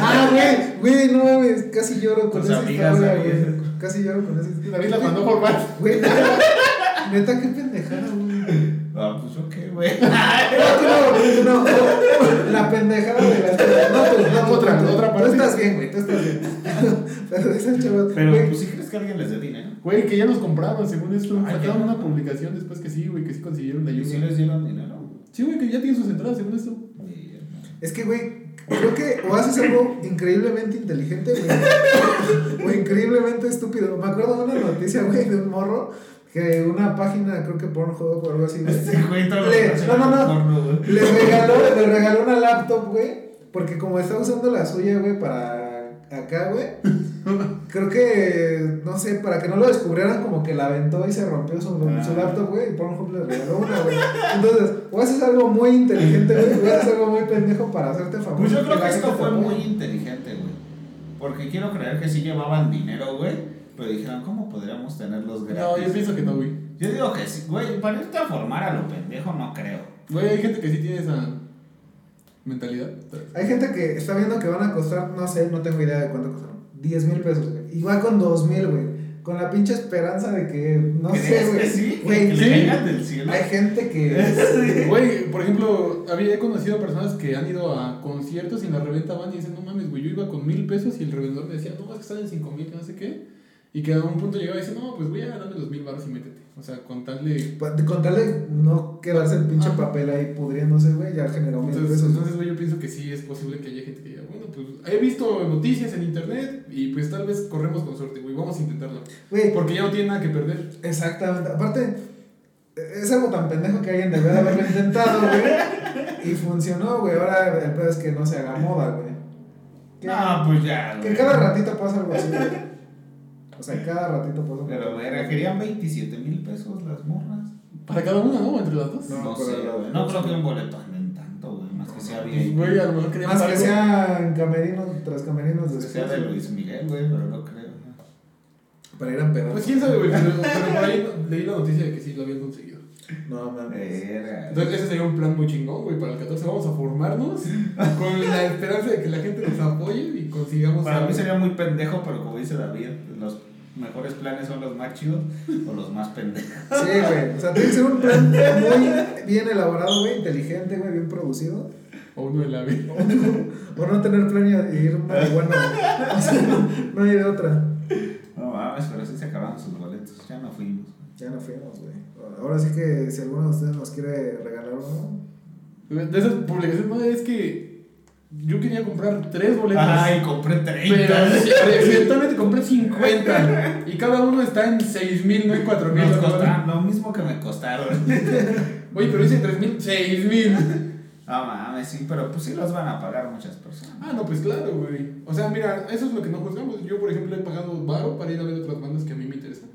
Ah, güey, güey, no mames, casi lloro con Tus esa amigas, historia, amigas. güey. Casi lloro con esa historia. David la mandó por más. Güey, neta, neta, qué pendejada, güey. Ah, pues ok, güey. No, no, no, la pendejada de la historia. No, tú, no, tú, pues, Otra, tú, otra tú parte. estás bien, güey, tú estás bien. [LAUGHS] Pero esa chava, Pero, güey, pues sí crees que alguien les dé dinero. Güey, que ya nos compraban, según esto. Ay, Sacaron ya. una publicación después que sí, güey, que sí consiguieron la ¿Y si ayuda. les dieron dinero? Sí, güey, que ya tienen sus entradas, según esto. Es que, güey, creo que o haces algo increíblemente inteligente, güey, [LAUGHS] o increíblemente estúpido. Me acuerdo de una noticia, güey, de un morro, que una página, creo que Pornhub o algo así, güey, Este güey todo lo Le- relaciona no, no, con no. porno, güey. le regaló, le regaló una laptop, güey, porque como está usando la suya, güey, para acá, güey, creo que, no sé, para que no lo descubrieran, como que la aventó y se rompió su, su laptop, güey, y Pornhub le regaló una, güey. Entonces, o haces algo muy inteligente, güey, o haces algo muy pendejo para hacerte famoso. Pues yo creo la que esto gente te fue apoye. muy inteligente, güey. Porque quiero creer que sí llevaban dinero, güey. Pero dijeron, ¿cómo podríamos tenerlos No, gratis? yo pienso que no, güey. Yo digo que sí, güey. Para irte a formar a lo pendejo, no creo. Güey, hay gente que sí tiene esa mentalidad. Hay gente que está viendo que van a costar, no sé, no tengo idea de cuánto costaron. 10 mil pesos, güey. Y va con 2 mil, güey. con la pinche esperanza de que, no sé, ¿Crees güey. que sí? Güey, Que le sí. caigan del cielo. Hay gente que. Güey, por ejemplo, había he conocido personas que han ido a conciertos y en la reventa van y dicen, no mames, güey, yo iba con mil pesos y el revendedor me decía, no, es que están en cinco mil, que no sé qué. Y que a un punto llegaba y dice, no, pues voy a ganarme los mil baros y métete. O sea, con tal de... pa- de- Con tal de no quedarse el pinche Ajá. papel ahí pudriéndose, güey, ya generó mil Entonces, pesos. entonces, güey, yo pienso que sí es posible que haya gente que diga, bueno, pues he visto noticias en internet y pues tal vez corremos con suerte, güey, vamos a intentarlo. Güey, Porque ya no tiene nada que perder. exactamente. Aparte, es algo tan pendejo que alguien debió de haberlo intentado, güey. Y funcionó, güey. Ahora el pedo es que no se haga moda, güey. Que, No, pues ya. que güey. cada ratito pasa algo así, güey. O sea, cada ratito pasa algo Pero, verga, querían 27 mil pesos las morras. Para cada una, ¿no? Entre las dos. No, No, pero- sé, güey. No creo que un boleto anden tanto, güey. Más que sea Pues, bien. güey, a lo mejor queríamos Más que algo. sean camerinos tras camerinos que sea después. de Luis Miguel, güey, pero no creo. ¿no? Para ir a pedazos. Pues quién sabe, güey, pero, pero por ahí leí la noticia de que sí lo habían conseguido. No mames. Verga. Entonces ese sería un plan muy chingón, güey, para el 14 vamos a formarnos con la esperanza de que la gente nos apoye y consigamos Para algo. mí sería muy pendejo, pero como dice David, los mejores planes son los más chidos o los más pendejos. Sí, güey. O sea, tiene que ser un plan muy bien elaborado, güey, inteligente, güey, bien producido. O uno de la vida. O no tener plan y ir marihuana. güey. O sea, no, no hay de otra. No mames, pero sí se acabaron sus boletos. Ya no fuimos. Ya no fuimos, güey. Ahora sí que si alguno de ustedes nos quiere regalar uno. De esas publicaciones, no, es que yo quería comprar tres boletos. Ay, compré pero 30. accidentalmente compré 50 y cada uno está en 6 mil, no en 4 mil. Nos costaron lo mismo que me costaron. [LAUGHS] Oye, pero dice 3 mil, 6 mil. No mames, sí, pero pues sí los van a pagar muchas personas. Ah, no, pues claro, güey. O sea, mira, eso es lo que no juzgamos. Yo, por ejemplo, he pagado varo para ir a ver otras bandas que a mí me interesan.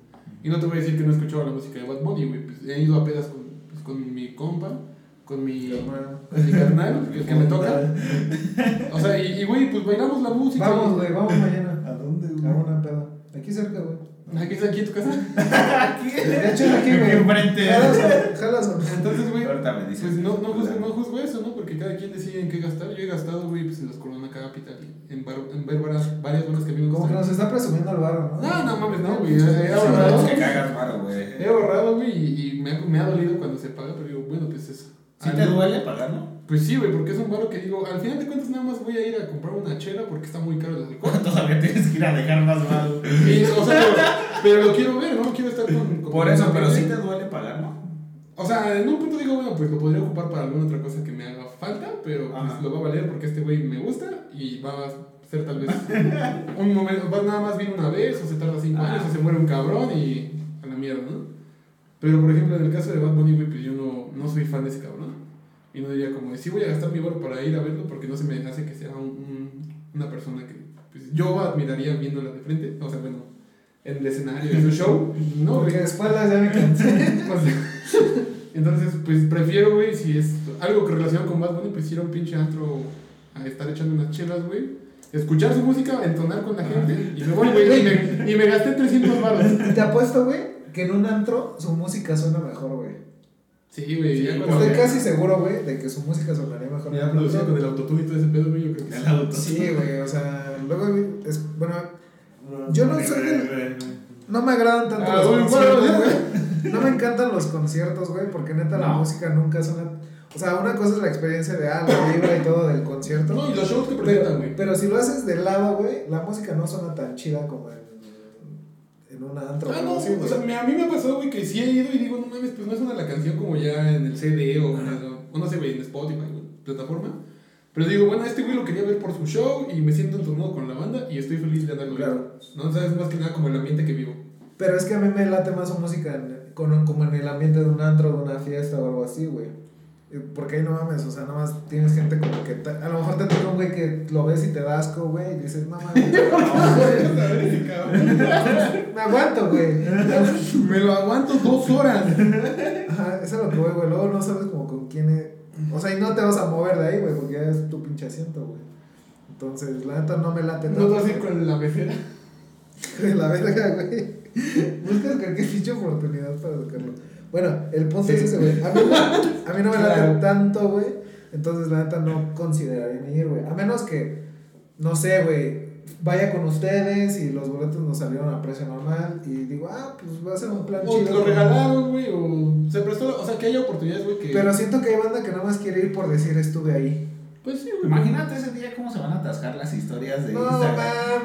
Y no te voy a decir que no he escuchado la música de Bad Bunny, güey. Pues he ido a pedas con, pues, con mi compa, con mi, hermano. con mi carnal, que, que me toca. O sea, y, y, güey, pues bailamos la música. Vamos, güey, vamos mañana. ¿A dónde, A una peda. Aquí cerca, güey. Aquí está aquí en tu casa. De hecho, es aquí, Aquí güey. enfrente. Jalas, jalas. güey. Entonces, güey, Ahorita me dices. pues no, no, juzgo, no juzgo eso, ¿no? Porque cada quien decide en qué gastar. Yo he gastado, güey, pues en las Corona Capital, en, bar- en ver varias, varias bandas que a mí me Como que gustan. nos está presumiendo el barro, ¿no? No, no mames, no, güey. He ahorrado. Es que cagas varo, güey. He ahorrado, güey, y, y me, ha, me ha dolido cuando se paga, pero digo, bueno, pues eso. ¿Sí Ah, te no. duele [LAUGHS] pagarlo? Pues sí, güey, porque es un baro que digo, al final de cuentas nada más voy a ir a comprar una chela porque está muy caro el alcohol. [LAUGHS] Todavía tienes que ir a dejar más mal. Y, o sea, pero, pero lo quiero ver, ¿no? Quiero estar con... con- Por eso, con- pero sí te duele pagarlo. O sea, en un punto digo, bueno, pues lo podría ocupar para alguna otra cosa que me haga falta, pero pues Ajá. lo va a valer porque este güey me gusta y va a ser tal vez [LAUGHS] un momento, va nada más bien una vez, o se tarda cinco Ah. años, o se muere un cabrón y a la mierda, ¿no? Pero por ejemplo, en el caso de Bad Bunny, güey, pues yo no, no soy fan de ese cabrón. Y no diría como, de, sí voy a gastar mi barro para ir a verlo porque no se me hace que sea un- un- una persona que pues, yo admiraría viéndola de frente, o sea, bueno, en el escenario, en su show. No, güey. Porque de espaldas ya me cansé. O sea, [LAUGHS] Entonces, pues prefiero, güey, si es algo que relaciona con Bad Bunny, pues ir a un pinche antro a estar echando unas chelas, güey. Escuchar su música, entonar con la gente y me voy, güey. Y me, y me gasté 300 baros. Te apuesto, güey, que en un antro su música suena mejor, güey. Sí, güey. ya cuando- Estoy casi seguro, güey, de que su música sonaría mejor. Ya producido con el autotune y todo ese pedo, güey, yo creo que sí. El auto. Sí, güey, o sea, luego, güey, es, bueno, Yo no soy del- no me agradan tanto Ah, los güey, conciertos, bueno, güey. No me encantan los conciertos, güey, porque neta la No. música nunca suena... O sea, una cosa es la experiencia de, ah, la vibra y todo del concierto. No, y los shows que presentan, pero, güey. pero si lo haces de lado, güey, la música no suena tan chida como en, en un antro. Ah, o no, algo así, o güey. sea, me- a mí me ha pasado, güey, que sí he ido y digo, no mames, pues no suena la canción como ya en el CD o, o no sé, güey, en Spotify, güey, plataforma. Pero digo, bueno, este güey lo quería ver por su show y me siento entonado con la banda y estoy feliz de andarlo viendo. Claro. No sabes más que nada como el ambiente que vivo. Pero es que a mí me late más su música en- con- como en el ambiente de un antro, de una fiesta o algo así, güey. Eh, Porque ahí no mames, o sea, nada más tienes gente como que. ta- A lo mejor te toca un güey que lo ves y te da asco, güey, y dices, no mames, me aguanto, güey. [LAUGHS] me lo aguanto dos horas. Ajá, eso es lo que voy, güey. Luego no sabes como con quién es. O sea, y no te vas a mover de ahí, güey, porque ya es tu pinche asiento, güey. Entonces, la neta no me late No te vas a ir con la [LAUGHS] mesera. De la verga, güey. Buscas cualquier pinche oportunidad para sacarlo. Bueno, el punto es ese, güey. A mí, a mí no me Claro. late tanto, güey. Entonces, la neta, no consideraría ni ir, güey. A menos que, no sé, güey. vaya con ustedes y los boletos nos salieron a precio normal y digo, ah, pues va a ser un plan O te chido. lo regalaron, güey, o se prestó, la- o sea, que hay oportunidades, güey, que... Pero siento que hay banda que nada más quiere ir por decir estuve ahí. Pues sí, güey. Imagínate ese día cómo se van a atascar las historias de No Instagram.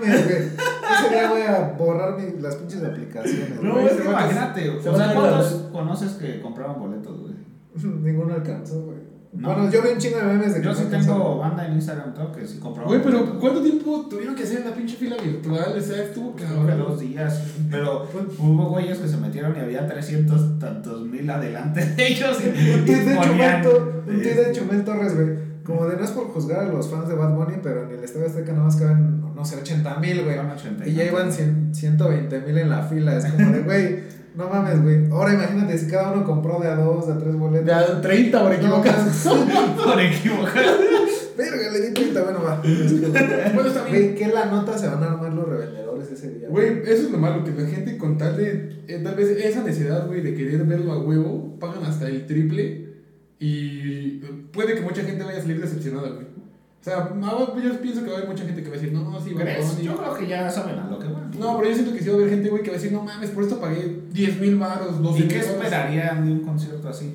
mames, güey. Ese día voy a borrar mi- las pinches aplicaciones. No, güey. Güey, es que imagínate, o se van sea, a ¿cuántos conoces que compraban boletos, güey? [LAUGHS] Ninguno alcanzó, güey. No. Bueno, yo vi un chingo de memes de que Yo no sí alcanzaron. tengo banda en Instagram todo que sí compraba. Güey, pero boletos. ¿cuánto tiempo tuvieron que hacer en la pinche fila virtual? O sea, estuvo Pues, Creo que dos cabrón. días, [LAUGHS] pero hubo güeyes que se metieron y había 300 tantos mil adelante de ellos y, Un y tuit de Chumel, ponían, Tor- un tuit de este, Chumel Torres, güey. Como de no es por juzgar a los fans de Bad Bunny, pero en el Estadio Azteca nada más caben, no sé, 80 mil, güey. eran 80 Y ya iban tantos. 100, 120 mil en la fila. Es como de, güey, no mames, güey. Ahora imagínate si cada uno compró de a dos, de a tres boletos. De a 30 por equivocarse. No, mames. [LAUGHS] por equivocar. Verga, le di 30, bueno, [LAUGHS] va. Es que- Bueno, está bien. Güey, ¿qué la nota se van a armar los revendedores ese día? Güey, eso es lo malo, que la gente con tal de, eh, tal vez esa necesidad, güey, de querer verlo a huevo, pagan hasta el triple y eh, puede que mucha gente vaya a salir decepcionada, güey. O sea, ahora pues, yo pienso que va a haber mucha gente que va a decir, no, no, sí, va a ¿Crees? Yo creo que ya saben a lo que van. No, pero yo siento que sí va a haber gente, güey, que va a decir, no mames, por esto pagué 10 mil baros, 12 ¿Y mil qué esperarían de un concierto así?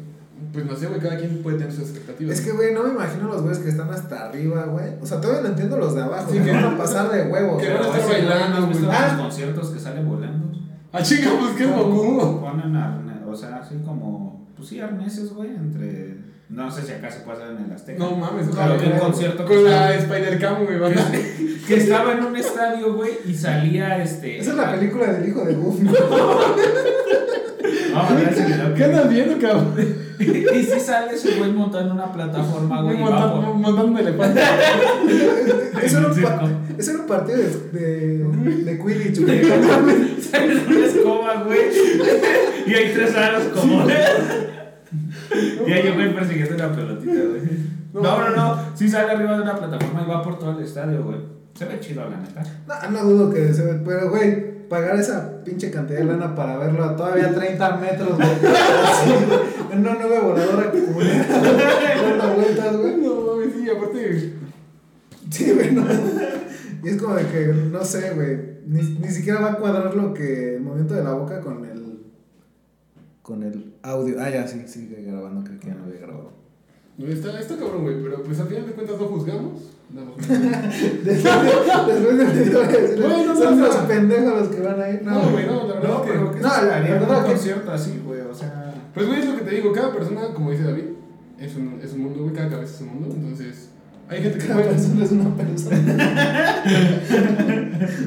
Pues no sé, güey, cada quien puede tener sus expectativas. Es que, ¿no? güey, no me imagino los güeyes que están hasta arriba, güey. O sea, todavía no entiendo los de abajo. Sí, que que- van a pasar de huevos. que güey. van a estar Pero ese Pues güey, bailando, ¿no has güey? visto Ah. los conciertos que salen volando? Ah, chinga, pues qué Goku. Ponen arne- o sea, así como, pues sí, arneses, güey, entre... No sé si acá se puede hacer en el Azteca. No mames, ojalá. Claro, Pero vi un claro. concierto que Con estaba- la Spider-Cam, güey, van a- que estaba en un estadio, güey, y salía este. Esa es la película del hijo de Goofy. Vamos a ver Ah, ese video ¿Qué andas viendo, cabrón? que- Y si sale ese güey montando una plataforma, güey, y va Montando por. montando [LAUGHS] elefantes. Eso era un, pa- eso era un partido de, de, de Quidditch, güey. Sale en una escoba, güey. [LAUGHS] Y hay tres aros como. Y hay un güey persiguiendo una pelotita, güey. No, no, no. Sí sale arriba de una plataforma y va por todo el estadio, güey. Se ve chido, la neta. No, no dudo que se ve, pero güey, pagar esa pinche cantidad de lana para verlo a todavía 30 metros, [LAUGHS] güey. Así, en una nube voladora [LAUGHS] que culera, dando vueltas, güey. No mames, sí, aparte. Sí, güey, no. Y es como de que, no sé, güey, ni, ni siquiera va a cuadrar lo que el movimiento de la boca con el. con el audio. Ah, ya, sí, sigue grabando, creo que ya no había grabado. Está, está cabrón, güey, pero pues al final de cuentas no juzgamos. Damos Después de- después de medio hora de decirle, Güey, no, son no, los no. pendejos los que van a ir. No, No, güey, no, la verdad es que. pero- No, la haría verdad un que- concierto así, güey, o sea. [LAUGHS] Pues, güey, es lo que te digo, cada persona, como dice David, es un, es un mundo, güey, cada cabeza es un mundo, entonces. Hay gente que Cada puede. persona es una persona.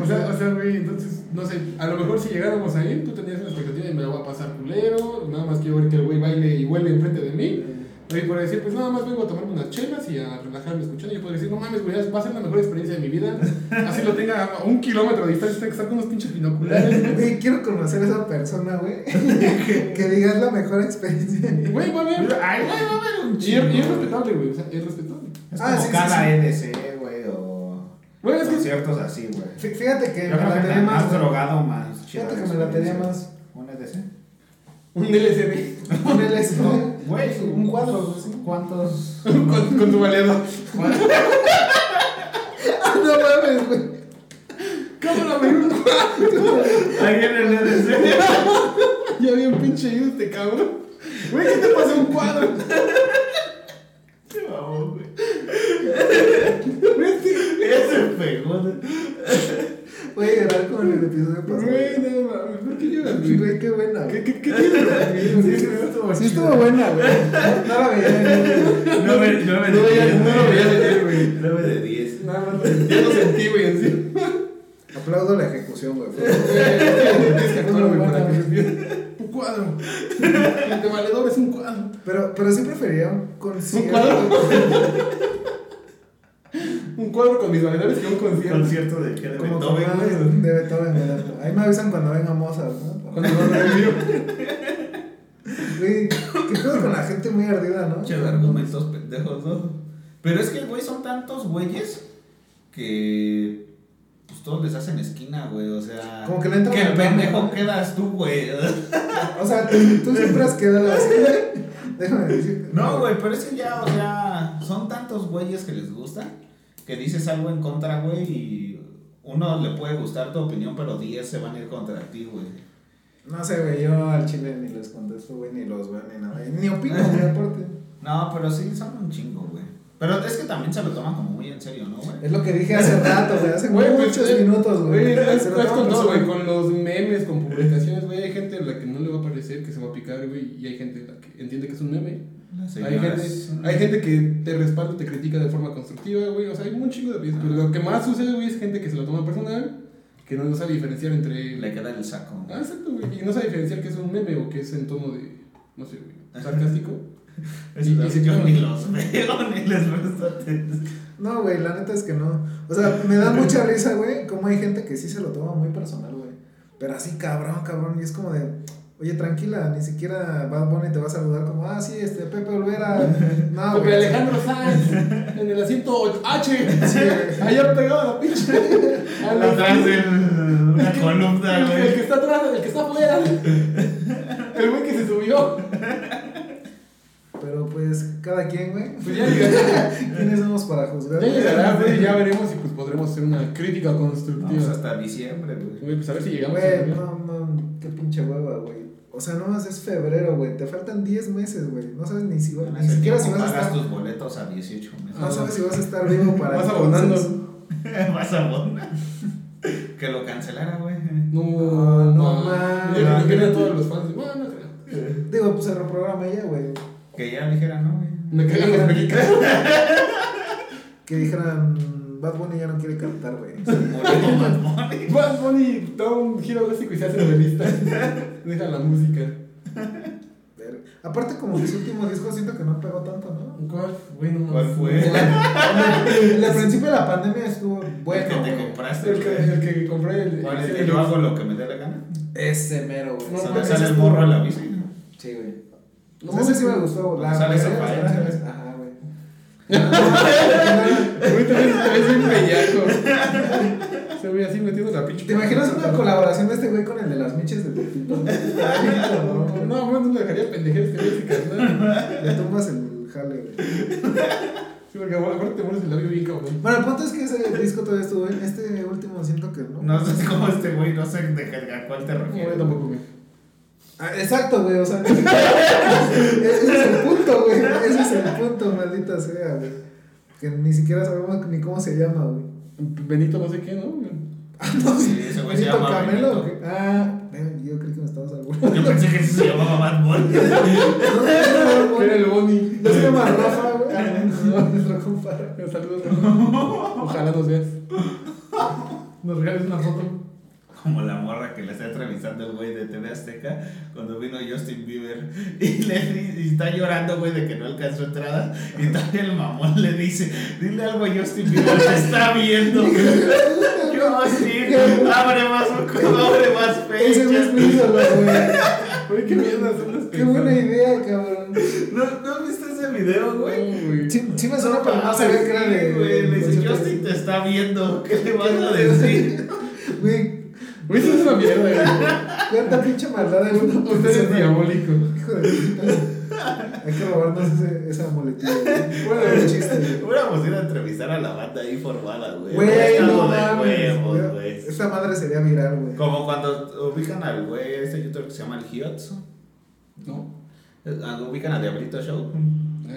O sea, o sea, güey, entonces, no sé, a lo mejor si llegáramos ahí, tú tenías una expectativa de me la voy a pasar culero, nada más quiero ver que el güey baile y huele enfrente de mí. Y por decir, pues nada más vengo a tomarme unas chelas y a relajarme escuchando. Y yo podría decir, no mames, güey, va a ser la mejor experiencia de mi vida. Así lo tenga a un kilómetro de distancia, tengo que estar con unos pinches binoculares. [LAUGHS] Güey, quiero conocer a esa persona, güey. que, que digas la mejor experiencia. Güey, va a Ay, güey, ver. va a haber un Y es, y es güey. respetable, güey, o sea, es respetable. Es Ah, como sí, sí, cada sí. EDC, güey, o Güey, es que- conciertos así, güey. Fí- Fíjate que Yo me creo la que tenía te más. has drogado más. chido Fíjate que la me la tenía experiencia. más. ¿Un EDC? Un LCD Un [LAUGHS] LSD. No, güey, un cuadro, güey, sí. [LAUGHS] ¿Cuántos? con, con tu baleado. Ah, No mames, güey. Cámara, güey. Ahí viene el EDC. [LAUGHS] Ya había un pinche ido este cabrón. Güey, ¿qué te pasa un cuadro? Qué babón, güey. Güey, este- Ese pegó. Voy a llorar como en el episodio Güey, pasado. no mames, ¿por qué lloras, güey? Güey, qué buena, güey. ¿Qué, qué, qué tienes, güey? Sí estuvo buena, [LAUGHS] güey. No, no la veía venir. No me, no me No veía- no lo veía venir, güey. 9 de 10. No, no, no, [LAUGHS] ya lo sentí, güey, en sí. [LAUGHS] Aplaudo la ejecución, güey. Tienes que actuar, güey, para que se entienda. Un [LAUGHS] cuadro. El de valedor es un cuadro. Pero, pero sí preferiría un Un concierto. cuadro. Un cuadro con mis valedores que un concierto. Concierto de qué de Como Beethoven, con güey. más de Beethoven, güey. Ahí me avisan cuando venga Mozart, ¿no? [LAUGHS] Cuando lo revivió. Güey, que todo con la gente muy ardida, ¿no? Muchos argumentos pendejos, ¿no? Pero es que, güey, son tantos güeyes que. Pues todos les hacen esquina, güey, o sea. Como que le entran el al mame, pendejo ¿no? quedas tú, güey. O sea, tú, tú siempre has quedado así, güey. Déjame decirte. No, güey, pero es que ya, o sea, son tantos güeyes que les gusta que dices algo en contra, güey, y. uno le puede gustar tu opinión, pero 10 se van a ir contra ti, güey. No sé, güey, yo al chile ni les contesto, güey, ni los veo, ni nada. Ni opino, güey, aparte. No, pero sí, son un chingo, güey. Pero es que también se lo toman como muy en serio, ¿no, güey? Es lo que dije hace rato, güey, hace Güey, pues, muchos eh, minutos, güey. Güey, es- Se lo es toman con todo, personal. güey, con los memes, con publicaciones, güey, hay gente a la que no le va a parecer que se va a picar, güey, y hay gente a la que entiende que es un meme. Las Hay gente, señoras- hay gente que te respalda, te critica de forma constructiva, güey, o sea, hay un chingo de veces, pero lo que más sucede, güey, es gente que se lo toma personal, que no sabe diferenciar entre... Le queda el saco. Ah, exacto, güey, y no sabe diferenciar que es un meme o que es en tono de, no sé, güey, sarcástico. Y- y se yo quedan- ni los veo, [LAUGHS] ni les presto atención. No, güey, la neta es que no. O sea, me da mucha risa, güey, cómo hay gente que sí se lo toma muy personal, güey. Pero así, cabrón, cabrón. Y es como de, oye, tranquila, ni siquiera Bad Bunny te va a saludar como, ah, sí, este, Pepe Olvera. No, Porque güey. Alejandro Sanz, en el asiento H, Sí, allá pegado a la pinche. a la- Atrás de una columna, El, el güey. que está atrás, el que está afuera. El güey que se subió. Pero pues, cada quien, güey. Pues ya llegará, [LAUGHS] ¿Quiénes somos para ya juzgar? llegará, güey, ya veremos y pues podremos hacer una crítica Vamos constructiva. hasta diciembre, güey. Güey, pues a ver si llegamos. Güey, no, no, qué pinche hueva, güey. O sea, nomás es febrero, güey. Te faltan 10 meses, güey. No sabes ni si, Van a ni ser siquiera si que vas a pagas estar. tus boletos a 18 meses. No sabes si [LAUGHS] vas a estar vivo para. Vas entonces. abonando. Vas a bonar. Que lo cancelara, güey. No, No, no ma. mames. Yo creo que vienen todos los fans. Bueno, no creo. Digo, pues se reprograma ya, güey. Que ya dijera, no, güey. Me cagan los mexicanos. Que dijeran, Bad Bunny ya no quiere cantar, güey. [LAUGHS] Boleto Bad Bunny. Bad Bunny da un giro clásico y se hace novelista. [LAUGHS] Deja la música. Verga. Aparte, como que su último disco siento que no pegó tanto, ¿no? ¿Cuál? Güey, no ¿Cuál mames. fue? El al principio de la pandemia estuvo Bueno, eh, que bueno, te güey. compraste, El que, güey. el que compré el. ¿Cuál el- es que yo hago lo que me dé la gana? Ese mero, güey. No, Ese- Se mames, me ese sale el estuvo- morro a la bici. Sí, güey. No, No, Pues ese sí me gustó. Cuando La sale mayoría de Zapata, las ¿eh? canciones- Ajá, güey. Ah, Güey, te ves, te ves un bellaco. Se ve así metiendo la pinche. [LAUGHS] ¿Te imaginas una colaboración de este güey con el de las miches de [LAUGHS] Tepito? No, No, bueno, no le dejaría pendejer este güey, ese carnal. le tumbas el jale, güey. Sí, porque bueno, aparte te mueres el labio bien cabrón. Bueno, el punto es que ese disco todavía estuvo bien. Este último siento que no. No sé cómo este güey, no sé de qué- a cuál te No, yo refieres. tampoco, güey. Ah, exacto, güey. O sea, [LAUGHS] ese es el punto, güey. Ese es el punto, maldita sea, güey. Que ni siquiera sabemos ni cómo se llama, güey. Benito no sé qué, ¿no? [LAUGHS] Sí, ese güey se Benito llama Camelo. Benito. ¿o qué? Ah, eh, yo creí que me estabas albureando. Yo pensé que ese se llamaba Bad Bunny. No, no, no, Era el güey. Boni. No se llama Rafa, güey. Ah, no, no, nuestro compadre. Saludos. [LAUGHS] Ojalá nos veas. Nos regales una foto. [LAUGHS] Como la morra que le está entrevistando el güey de TV Azteca cuando vino Justin Bieber y, le, di- y está llorando, güey, de que no alcanzó entrada. Y también el mamón le dice: Dile algo a Justin Bieber, te [LAUGHS] está viendo. Justin, abre más, abre más Ese güey es fechas. mi ídolo, güey. Güey, qué mierda son las Qué buena idea, cabrón. ¿No, ¿No viste ese video, güey? No, güey. Sí, sí me suena, pero no sabía que era de. Ah, Güey, le dice: ochenta. Justin te [LAUGHS] está viendo, ¿qué le vas a decir? [LAUGHS] Güey, Güey, eso es una [LAUGHS] mierda, cuánta pinche maldad [LAUGHS] de una güey. Usted es persona. diabólico. Hijo de puta. Hay que robarnos ese, esa muletilla. güey. Bueno, un chiste, güey. Hubiéramos ido a entrevistar a la banda ahí formada, güey. Güey, Estado no de mames. huevos, güey. güey. Esta madre sería viral, güey. Como cuando ubican al güey, este youtuber que se llama el Hiotso. ¿No? Ubican a Diablito Show.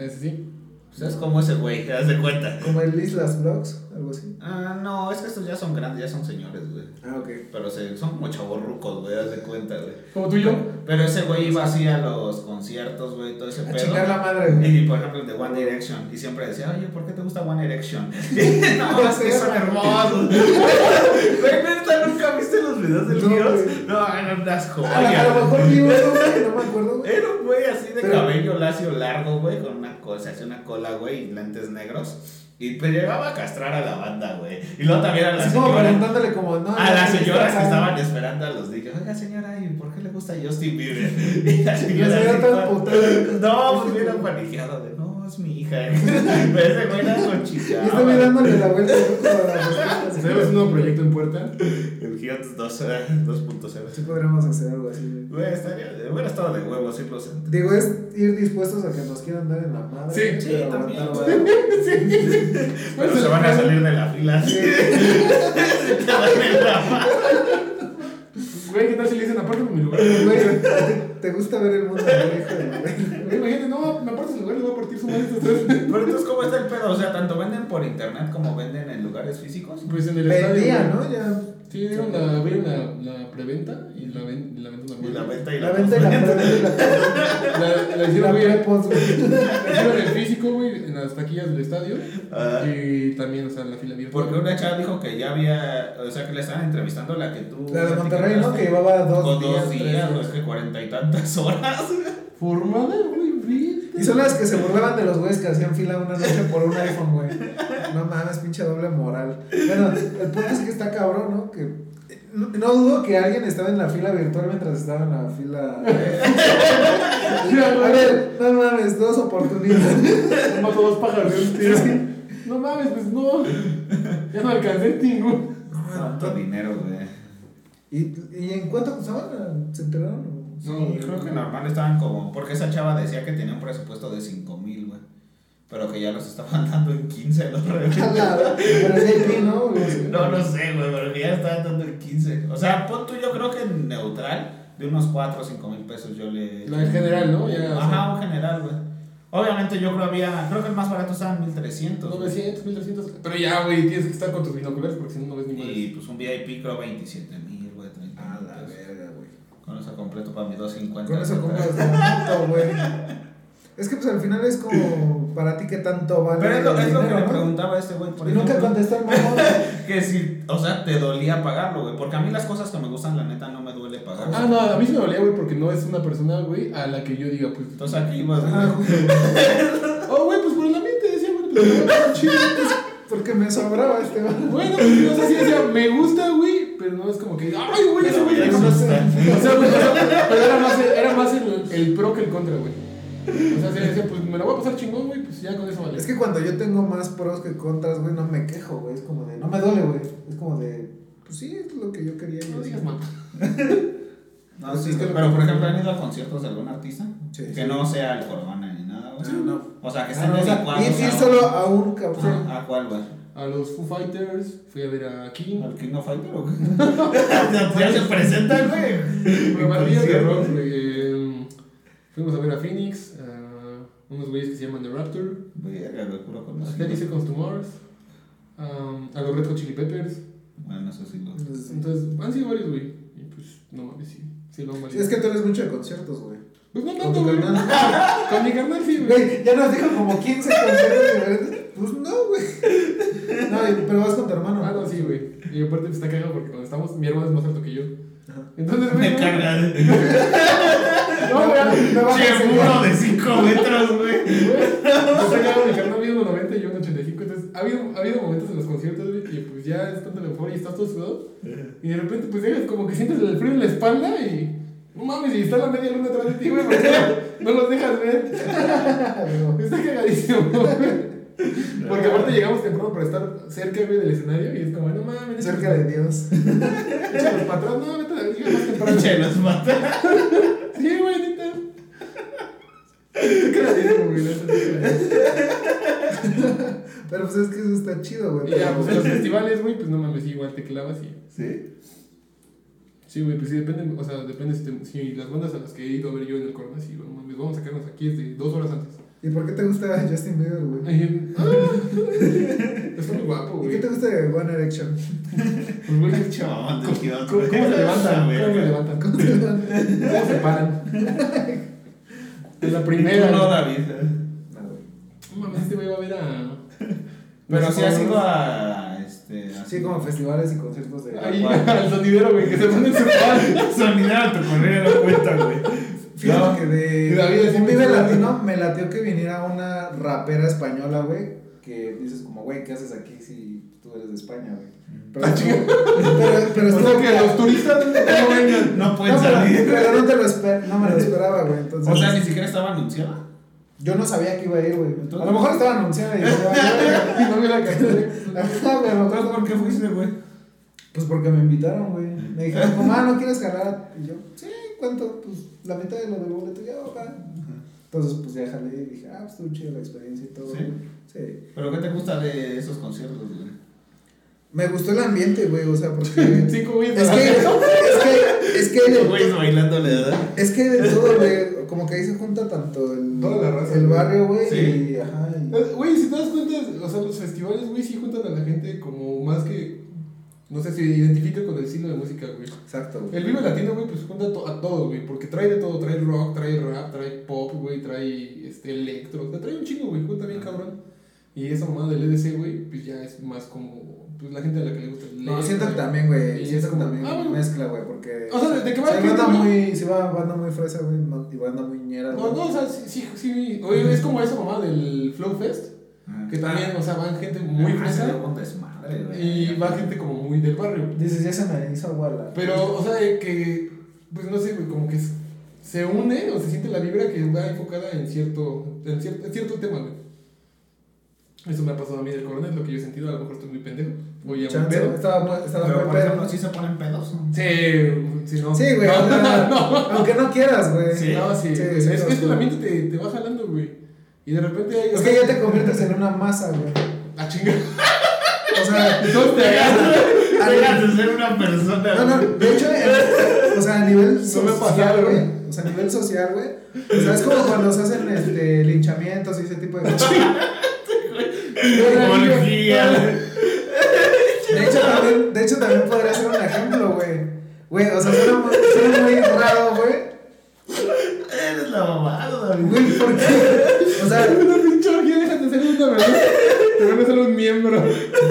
Ese sí. ¿Sabes cómo ese güey? [LAUGHS] Haz de cuenta. Como el Islas Vlogs, algo así. Ah, no, es que estos ya son grandes, ya son señores, güey. Ah, ok. Pero se, son como chavorrucos, güey, haz de cuenta, güey. Como tú y yo. Pero ese güey iba así a los conciertos, güey, todo ese A pedo. chingar la madre, güey. Y por ejemplo, el de One Direction. Y siempre decía, oye, ¿por qué te gusta One [LAUGHS] Direction? [LAUGHS] no, es que son hermosos. [LAUGHS] Güey, neta, ¿nunca viste los videos del No, Dios? güey. Ah, No, eran unas A, la- a lo joyas. mejor vi uno, güey, no me acuerdo, güey. Era un güey así de Pero- cabello lacio largo, güey, con una cosa, hacía una cola, güey, y lentes negros. Y pues llegaba a castrar a la banda, güey. Y luego también a la Así como señora. preguntándole como, no. A no, las no, señoras no, que estaban esperando a los niños. Oiga, señora, ¿y por qué le gusta Justin Bieber? [LAUGHS] Y la Y la señora. señora así, toda con- putada. no, pues bien apaniqueado de no, es mi hija. [LAUGHS] Pero ese güey era con Y está chica. mirándole la vuelta. güey, como a la respuesta, [LAUGHS] así. ¿Sabes un nuevo proyecto en puerta? El Idiots 2, eh, 2.0. Sí podríamos hacer algo así, güey. Güey, estaría, hubiera estado de huevos irlos en Digo, es ir dispuestos a que nos quieran dar en la madre. Sí, pero sí, también. aguantar, güey. Pero se van a salir de la fila. Sí. [LAUGHS] Se van a ir la madre. Güey, ¿qué tal si le dicen aparte por mi [LAUGHS] lugar? Güey, ¿te- ¿te gusta ver el mundo de hijo de la güey? Güey, Imagínate, no, me apartas el lugar, le voy a partir su madre estos tres. Pero entonces, ¿cómo está el pedo? O sea, tanto venden por internet como venden en lugares físicos. [LAUGHS] Pues en el Vendía, estadio, ¿no? Ya. güey. Sí, dieron la, abrieron la, la preventa y la, ven, y la venta Y también. la venta y la, La venta y la postventa. preventa y [LAUGHS] la- La, la la hicieron, güey, la prepos, güey. hicieron en físico, güey, en las taquillas del estadio. Ah, Y también, o sea, la fila abierta. porque una chava dijo que ya había, o sea, que le estaban entrevistando la que tú. La de Monterrey, ¿no? Que platicaste. llevaba dos Con días. dos tres días, no es que cuarenta y tantas horas. Formada, güey, vete. [LAUGHS] Y son las que se burlaban de los güeyes que hacían fila una noche por un iPhone, güey. No mames, pinche doble moral. Bueno, el punto es que está cabrón, ¿no? Que no, no dudo que alguien estaba en la fila virtual mientras estaba en la [LAUGHS] fila. A ver, no mames, dos oportunidades. [LAUGHS] [LAUGHS] Yo mato dos pájaros de un tiro. No mames, pues no. Ya no alcancé ningún. [LAUGHS] Tanto dinero, güey. ¿Y, ¿Y en cuánto costaban? ¿Se enteraron? No, Sí, creo que normal estaban como. Porque esa chava decía que tenía un presupuesto de 5 mil, güey. Pero que ya los estaban [LAUGHS] dando en [LAUGHS] 15 los reventas. Claro, pero es IP, ¿no? No, no sé, güey, pero que ya estaban dando en 15. O sea, pon tú, yo creo que neutral, de unos 4 o 5 mil pesos yo le. La en general, ¿no? Ya, Ajá, un general, güey. Obviamente yo creo había. Creo que el más barato estaba en 1300. güey. 900, 1300. Pero ya, güey, tienes que estar con tus binoculares porque si no, no ves ni Y madres. pues un VIP creo 27 mil, güey, 30 A mil la pesos. verga, güey. Con eso completo para mi 250. Con eso compras tanto, güey. Es que pues al final es como para ti que tanto vale. Pero es lo, el es lo que dinero, le ¿no? preguntaba a este güey, por Y nunca ejemplo. contestó el mamón. Que si, o sea, te dolía pagarlo, güey. Porque a mí las cosas que me gustan, la neta, no me duele pagarlo. Ah, no, a mí se me dolía, güey, porque no es una persona, güey, a la que yo diga, pues. Entonces aquí, pues, Ah, justo. Oh, güey, pues por el ambiente decía, bueno, pues. no, chido. [LAUGHS] Porque me sobraba este güey. Bueno, pues no sé si decía, me gusta, güey, pero no es como que. Ay, güey, ese Pero güey. este, ya le no gusta". está. O sea, güey, o sea, pero era más, era más el, el pro que el contra, güey. O sea, se le decía, pues me la voy a pasar chingón, güey, pues ya con eso vale. Es que cuando yo tengo más pros que contras, güey, no me quejo, güey. Es como de, no me duele, güey. Es como de, pues sí, es lo que yo quería. y no así. digas mal. no, sí, pero, por ejemplo, ¿han ido a conciertos de algún artista? Sí, que sí. no sea el Corona ni nada, güey. Sí, no. O sea, que Ah, estén no, o sea, dedicados y sí, a- solo a un cabrón. Ah, ¿A cuál, güey? A los Foo Fighters, fui a ver a King. ¿Al King of Fighter o qué? ya se presentan, güey. Una bandilla de Concierto. rock, güey. eh, Fuimos a ver a Phoenix, a unos güeyes que se llaman The Raptor, Verga, güey, puro a conocido. Thirty Seconds to Mars, um, a los Red Hot Chili Peppers. Bueno, eso sí, güey. Entonces, han sido varios, güey. Y pues, no mames, sí. Sí, lo han valido. Es que tú eres mucho de conciertos, güey. Pues no Con tanto, tu güey. carnal. [LAUGHS] Ah, Con mi carnal, sí, güey. Güey, ya nos dijo como 15 conciertos diferentes. Pues no, güey. No, y- pero vas con tu hermano. Ah, no, sí, güey. Y aparte pues, está cagado porque cuando estamos, mi hermano es más alto que yo. Ajá. Entonces, [LAUGHS] güey. Me no- carga. No, güey. Me vas a Che, enseñar. muro de 5 metros, [LAUGHS] güey. güey, Está cagado, mi carnal mide 90 y yo 85. Entonces, ha habido, ha habido momentos en los conciertos, güey, que pues ya es tanta la euforia y estás todo sudado. Y de repente, pues llegas como que sientes el frío en la espalda y. No mames, y está la media luna atrás de ti, güey, porque no los dejas [LAUGHS] ver. Está cagadísimo, güey. Porque aparte llegamos temprano para estar cerca, güey, del escenario y es como, no mames, Cerca de Dios. Échalos para atrás, no, vete a la verga, más temprano. Che, los mata. Sí, güey, neta. Qué gracioso, güey, neta, neta. Pero pues es que eso está chido, güey. Y ya, pero- pues en [LAUGHS] los festivales, güey, pues no mames, igual te clavas y. Sí. Sí, güey, pues sí, depende, o sea, depende si, te- si las bandas a las que he ido a ver yo en el corona, sí, no mames, vamos a sacarnos aquí desde dos horas antes. ¿Y por qué te gusta [LAUGHS] Justin Bieber, güey? Ay, [LAUGHS] ah, Está muy guapo, ¿Y güey. qué te gusta de One Direction? Pues, güey, ¿cómo, Chabón, te quiero, cómo güey. se levantan? Esa ¿Cómo se verga. levantan? ¿Cómo se levantan? ¿Cómo se paran? De la primera. No, No David. No, güey. mames, este güey va a ver a. Pero sí has ido a. Este, Sí, como festivales y conciertos de... Ahí, [LAUGHS] al sonidero, güey, que se pone en su pan. Sonidero tu correo no cuenta, güey. Fíjate No. que de... La vida es un muy Vive dura. Latino me latió que viniera una rapera española, güey. Que dices como, güey, ¿qué haces aquí si tú eres de España, güey? Pero, Ah, chinga. pero, [LAUGHS] pero O sea estuvo- que los turistas no vengan. No pueden No, pero, salir. pero no, te lo esper- no pues, me lo esperaba, güey. Entonces, O sea, ni siquiera estaba anunciada. yo no sabía que iba a ir, güey. Entonces- A lo mejor [LAUGHS] estaba anunciada y yo, "Ay, No me la [LAUGHS] Ajá, güey, a lo mejor Entonces, ¿por qué fuiste, güey? Pues porque me invitaron, güey. Me dijeron, mamá, ¿no quieres jalar? Y yo, sí, ¿cuánto? Pues la mitad de lo del boleto ya, va. Entonces, pues ya jalé y dije, ah, pues estuvo chida la experiencia y todo. ¿Sí? güey. Sí. ¿Pero qué te gusta de esos conciertos, güey? Me gustó el ambiente, güey, o [LAUGHS] sea, porque. Cinco güeyes Es que, bailando. es que, es que, Los güeyes bailando le da. es que de todo, güey, como que ahí se junta tanto el, Toda la raza, el güey. barrio, güey, Sí. y ajá, y- Eh, Güey, si te das cuenta, o sea, los festivales, güey, sí juntan a la gente como más que. No sé si identifica con el estilo de música, güey. exacto, güey. El Vive Latino, güey, pues junta a to- a todos, güey, porque trae de todo, trae rock, trae rap, trae pop, güey, trae este, electro, o sea, trae un chingo, güey, junta bien cabrón. Y esa mamada del EDC, güey, pues ya es más como, pues la gente a la que le gusta el No, electro, siento que güey. también, güey, Y siento es que como- también ah, bueno. mezcla, güey, porque... O sea, ¿de- de qué va si hay el banda clima? muy, si va banda muy fresa, güey, no- y banda muy ñera, No, güey. no, o sea, sí, sí, sí, oye, es como esa mamada del Flow Fest, Ah, Ah. que también, o sea, van gente muy Ah, se fresa dio un desmadre, güey. y va gente como muy del barrio. Dices, ya se me hizo agua la... Pero, o sea, de que, pues no sé, güey, como que s- se une o se siente la vibra que va enfocada en cierto, en cierto, en cierto tema, güey. Eso me ha pasado a mí del coronet, lo que yo he sentido, a lo mejor estoy muy pendejo. Voy a un Chance, pedo. estaba, mu- estaba Pero, muy por pedo. ejemplo, sí se ponen pedos. [LAUGHS] Sí, sí, no. Sí, [LAUGHS] güey, No, o sea, aunque no quieras, güey. Sí. no, sí. Sí, sí, es, sí, es que el sí. ambiente te, te va jalando, güey. Y de repente hay. Es que ya te conviertes en una masa, güey. A chingar. [LAUGHS] O sea, Entonces te [LAUGHS] Dejas de ser una persona. no, no, güey. de hecho, en- o sea, a nivel No me ha pasado, social, güey. O sea, a nivel social, güey. O sea, es como cuando se hacen este, linchamientos y ese tipo de cosas. Orgía. De hecho, también, de hecho, también podría ser un ejemplo, güey. Güey, o sea, suena muy, suena muy raro, güey. Eres la mamada, güey. Güey, ¿por qué? O sea, Una pinche orgía, déjate ser una, ¿verdad? Te van a ser un miembro. [LAUGHS]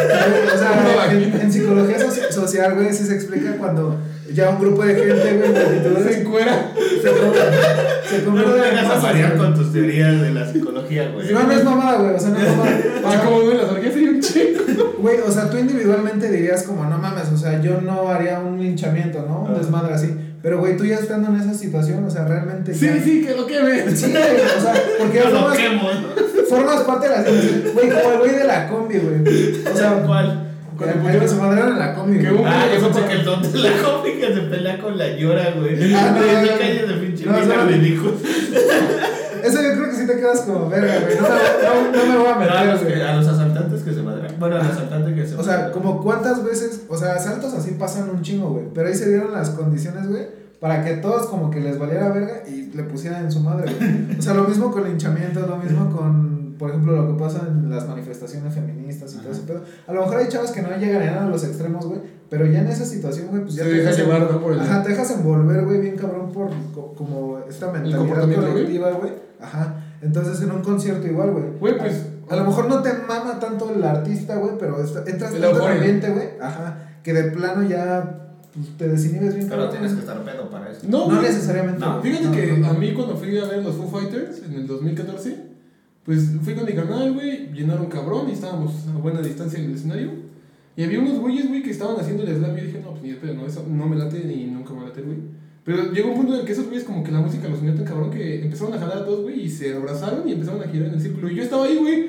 O sea, en, en psicología so- social, güey, sí se explica cuando ya un grupo de gente, güey, Se multitudes, encuera. se compra, se No compra te de vengas a masas, variar güey. con tus teorías de la psicología, güey. No, no es mamada, güey, o sea, no es [LAUGHS] mamada. O Ah, sea, como de las orgías hay un chingo. Güey, o sea, tú individualmente dirías como, no mames, o sea, yo no haría un linchamiento, ¿no? Ah. Un desmadre así. Pero, güey, tú ya estando en esa situación, o sea, realmente Sí, ya- sí, que lo quemen. Sí, güey, o sea, porque Yo lo formas, quemo. formas parte de la... Güey, como el güey de la combi, güey. O sea, ¿Cuál? el- el que se madrearon en la combi, Que güey. hubo- Ah, yo pensé que el don de [LAUGHS] la cómica se pelea con la llora, güey. Ah, no, Güey, no, no no. calles de pinche No, vida no. ridículo. Eso yo creo que sí te quedas como verga, güey. No, me- no- no me voy a Pero a meter, los, que- güey. a los asaltantes que se madrean. Bueno, a los asaltantes que se O sea, madrean. como cuántas veces, o sea, asaltos así pasan un chingo, güey. Pero ahí se dieron las condiciones, güey, para que todos como que les valiera verga y le pusieran en su madre, güey. O sea, lo mismo con linchamiento, lo mismo con, por ejemplo, lo que pasa en las manifestaciones feministas y todo Ajá. ese pedo. A lo mejor hay chavas que no llegarían a los extremos, güey. Pero ya en esa situación, güey, pues ya Se deja llevar, ¿no? Por el- Ajá, te dejas envolver, güey, bien cabrón por co- como esta mentalidad comportamiento, güey. colectiva, güey. Ajá. Entonces en un concierto igual, güey. Güey, pues. A lo mejor no te mama tanto el artista, güey, pero est- entras El tanto en el euforia. ambiente, güey. Ajá. Que de plano ya pues, te desinhibes bien. Pero cabrón, tienes que güey. estar pedo para [LAUGHS] eso. No, No güey. necesariamente. No, güey. Fíjate que no, a mí cuando fui a ver los Foo Fighters en el 2014, pues fui con mi canal, güey, llenaron cabrón y estábamos a buena distancia del escenario. Y había unos güeyes, güey, que estaban haciendo el slam y yo dije, no, pues ni de pedo, no, eso no me late ni nunca me va a late, güey. Pero llegó un punto en el que esos güeyes como que la música los unió tan cabrón que empezaron a jalar a todos, güey, y se abrazaron y empezaron a girar en el círculo. Y yo estaba ahí, güey.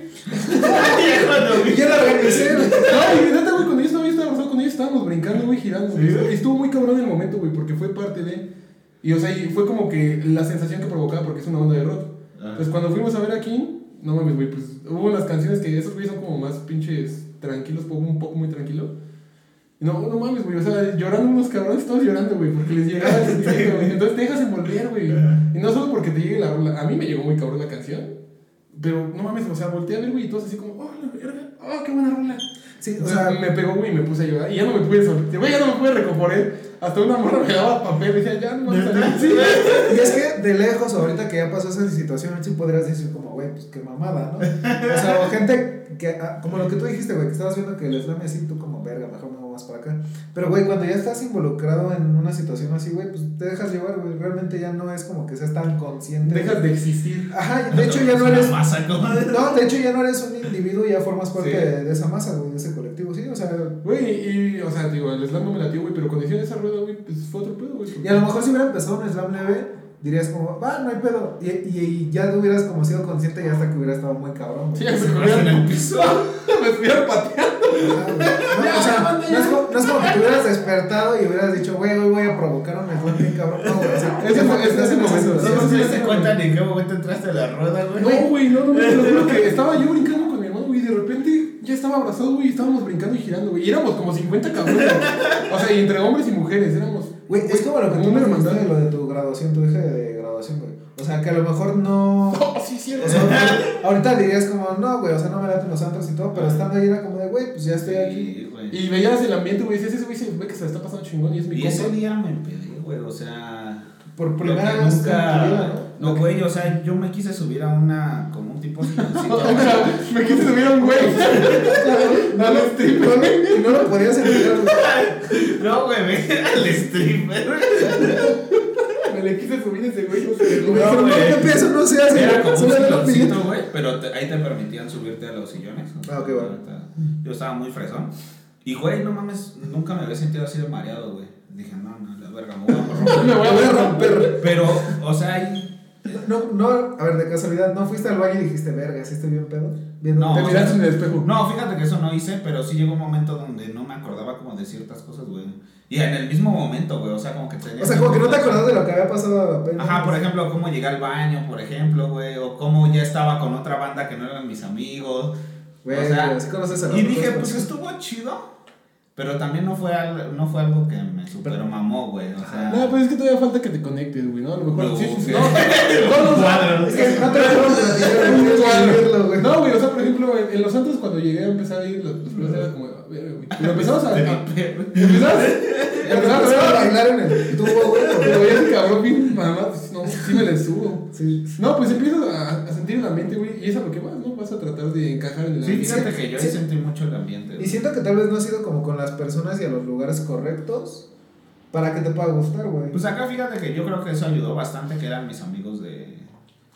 Ya cuando Y yo la organizé, güey. Ay, neta, güey, cuando yo estaba, yo estaba abrazado con ellos, estábamos brincando, güey, girando. güey. Sí, güey. Estuvo muy cabrón el momento, güey, porque fue parte de. Y o sea, y fue como que la sensación que provocaba, porque es una onda de rock. Ah. Pues cuando fuimos a ver aquí, no mames, güey, pues hubo unas canciones que esos güeyes son como más pinches tranquilos, pop, un poco muy tranquilo. No, no mames, güey, o sea, llorando unos cabrones, todos llorando, güey, porque les llegaba el [LAUGHS] sentimiento, güey. Entonces te dejas envolver, güey. Y no solo porque te llegue la rola, a mí me llegó muy cabrón la canción, pero no mames, o sea, volteé a ver, güey, y todos así como, oh, la verga, oh, qué buena rola. Sí, [LAUGHS] O sea, me pegó, güey, y me puse a llorar. Y ya no me pude soltar. Güey, ya no me pude recomponer. Hasta una morra me daba papel. Decía, ya no me salí. Sí. Y es que de lejos, ahorita que ya pasó esa situación, sí podrías decir como, güey, pues qué mamada, ¿no? O sea, o gente que, ah, como lo que tú dijiste, güey, que estabas viendo que el slam y así, tú como, verga, mejor me voy más para acá. Pero, güey, cuando ya estás involucrado en una situación así, güey, pues te dejas llevar, güey. Realmente ya no es como que seas tan consciente. Dejas de existir. Ajá, de hecho ya no Es eres... una masa, comadre. No, de hecho [LAUGHS] ya no eres un individuo, ya formas parte Sí. de, de esa masa, güey, de ese colectivo, sí, o sea... Güey, y, o sea, digo, el slam no me latió, güey, pero cuando hicieron esa rueda, güey, pues fue otro pedo, güey. Y a lo mejor si hubiera empezado un slam leve, dirías como, va, no hay pedo. Y, y, y ya te hubieras como sido consciente y hasta que hubiera estado muy cabrón. güey. Sí, ya Vas se en corrieron. [LAUGHS] el piso. Me estuvieron pateando. No, o sea, no es, como, no es como que te hubieras despertado y hubieras dicho, güey, hoy voy a provocar un mejor bien cabrón. No, güey. O sea, Ese fue- ese- ese momento, No, sí, no sí, se sí, hace sí, cuenta güey. ni en qué momento entraste a la rueda, güey. No, güey, no, no, no, te lo juro que estaba yo brincando con mi hermano, güey, y de repente ya estaba abrazado, güey, y estábamos brincando y girando, güey, y éramos como 50 cabrones, güey. o sea, y entre hombres y mujeres, éramos... Güey, es como lo que tú Una me hermandad. mandaste lo de tu graduación, tu eje de graduación, güey. O sea, que a lo mejor no. Oh, sí, cierto. O sea, [LAUGHS] ahorita- ahorita dirías como, no, güey, o sea, no me laten los santos y todo, pero estando ahí era como de, güey, pues ya estoy aquí. Sí, güey. Y veías el ambiente, güey, y decías, ese güey se ve que se la está pasando chingón y es mi Y ese compa. día me pedí, güey, o sea... Por Lo primera que vez en tu vida, [LAUGHS] nunca... ¿no? No, güey, o sea, yo me quise subir a una... Como un [LAUGHS] tipo... [LAUGHS] silloncito, O sea, me quise subir a un güey. Al stripper, güey. Y no lo podías entender, güey. No, güey, ve al stripper. Me le quise subir a ese güey, no se [LAUGHS] Y me dejó. dijeron, güey. no, no, eso no se hace. Era como un solo era un billete. silloncito, güey, pero te- ahí te permitían subirte a los sillones. Ah, ok, bueno. Yo estaba muy fresón. Y, güey, no mames, nunca me había sentido así de mareado, güey. Dije, no, no, la verga, me voy a [LAUGHS] corromper. [LAUGHS] Me voy a romper. Pero, o sea, ahí... No, no, a ver, de casualidad, ¿no fuiste al baño y dijiste, verga, si estoy bien pedo? Viendo No. Te miraste en el espejo. No, fíjate que eso no hice, pero sí llegó un momento donde no me acordaba como de ciertas cosas, güey. Y en el mismo momento, güey, o sea, como que tenía... O sea, como que no te acordás de lo que había pasado apenas. Ajá, por ejemplo, cómo llegué al baño, por ejemplo, güey, o cómo ya estaba con otra banda que no eran mis amigos. Güey, o sea, así conoces a los Y dije, otros, pues güey. estuvo chido, pero también no fue, al- no fue algo que me super mamó, güey, o sea... No, [LAUGHS] pues es que todavía falta que te conectes, güey, ¿no? A lo mejor No, sí, sí, güey. no, todos- Cuadro. Es que no [LAUGHS] te lo puedo platicar, güey, es vivirlo, güey. No, güey, o sea, por ejemplo, en, en los santos cuando llegué a empezar a ir, los, los primeros eran como, a ver, güey. Pero empezamos a. a [LAUGHS] empezabas- empezabas Empezaba a a ver. bailar en el tubo, güey. Pero veía ese cabrón bien mamá, pues no, sí me le subo. Sí. No, pues empiezas a, a sentir el ambiente, güey, y es a lo que vas, ¿no? Vas a tratar de encajar en el Sí, ambiente. fíjate que yo Sí. ahí sentí mucho el ambiente. Y güey. siento que tal vez no has ido como con las personas y a los lugares correctos para que te pueda gustar, güey. Pues acá fíjate que yo creo que eso ayudó bastante, que eran mis amigos de,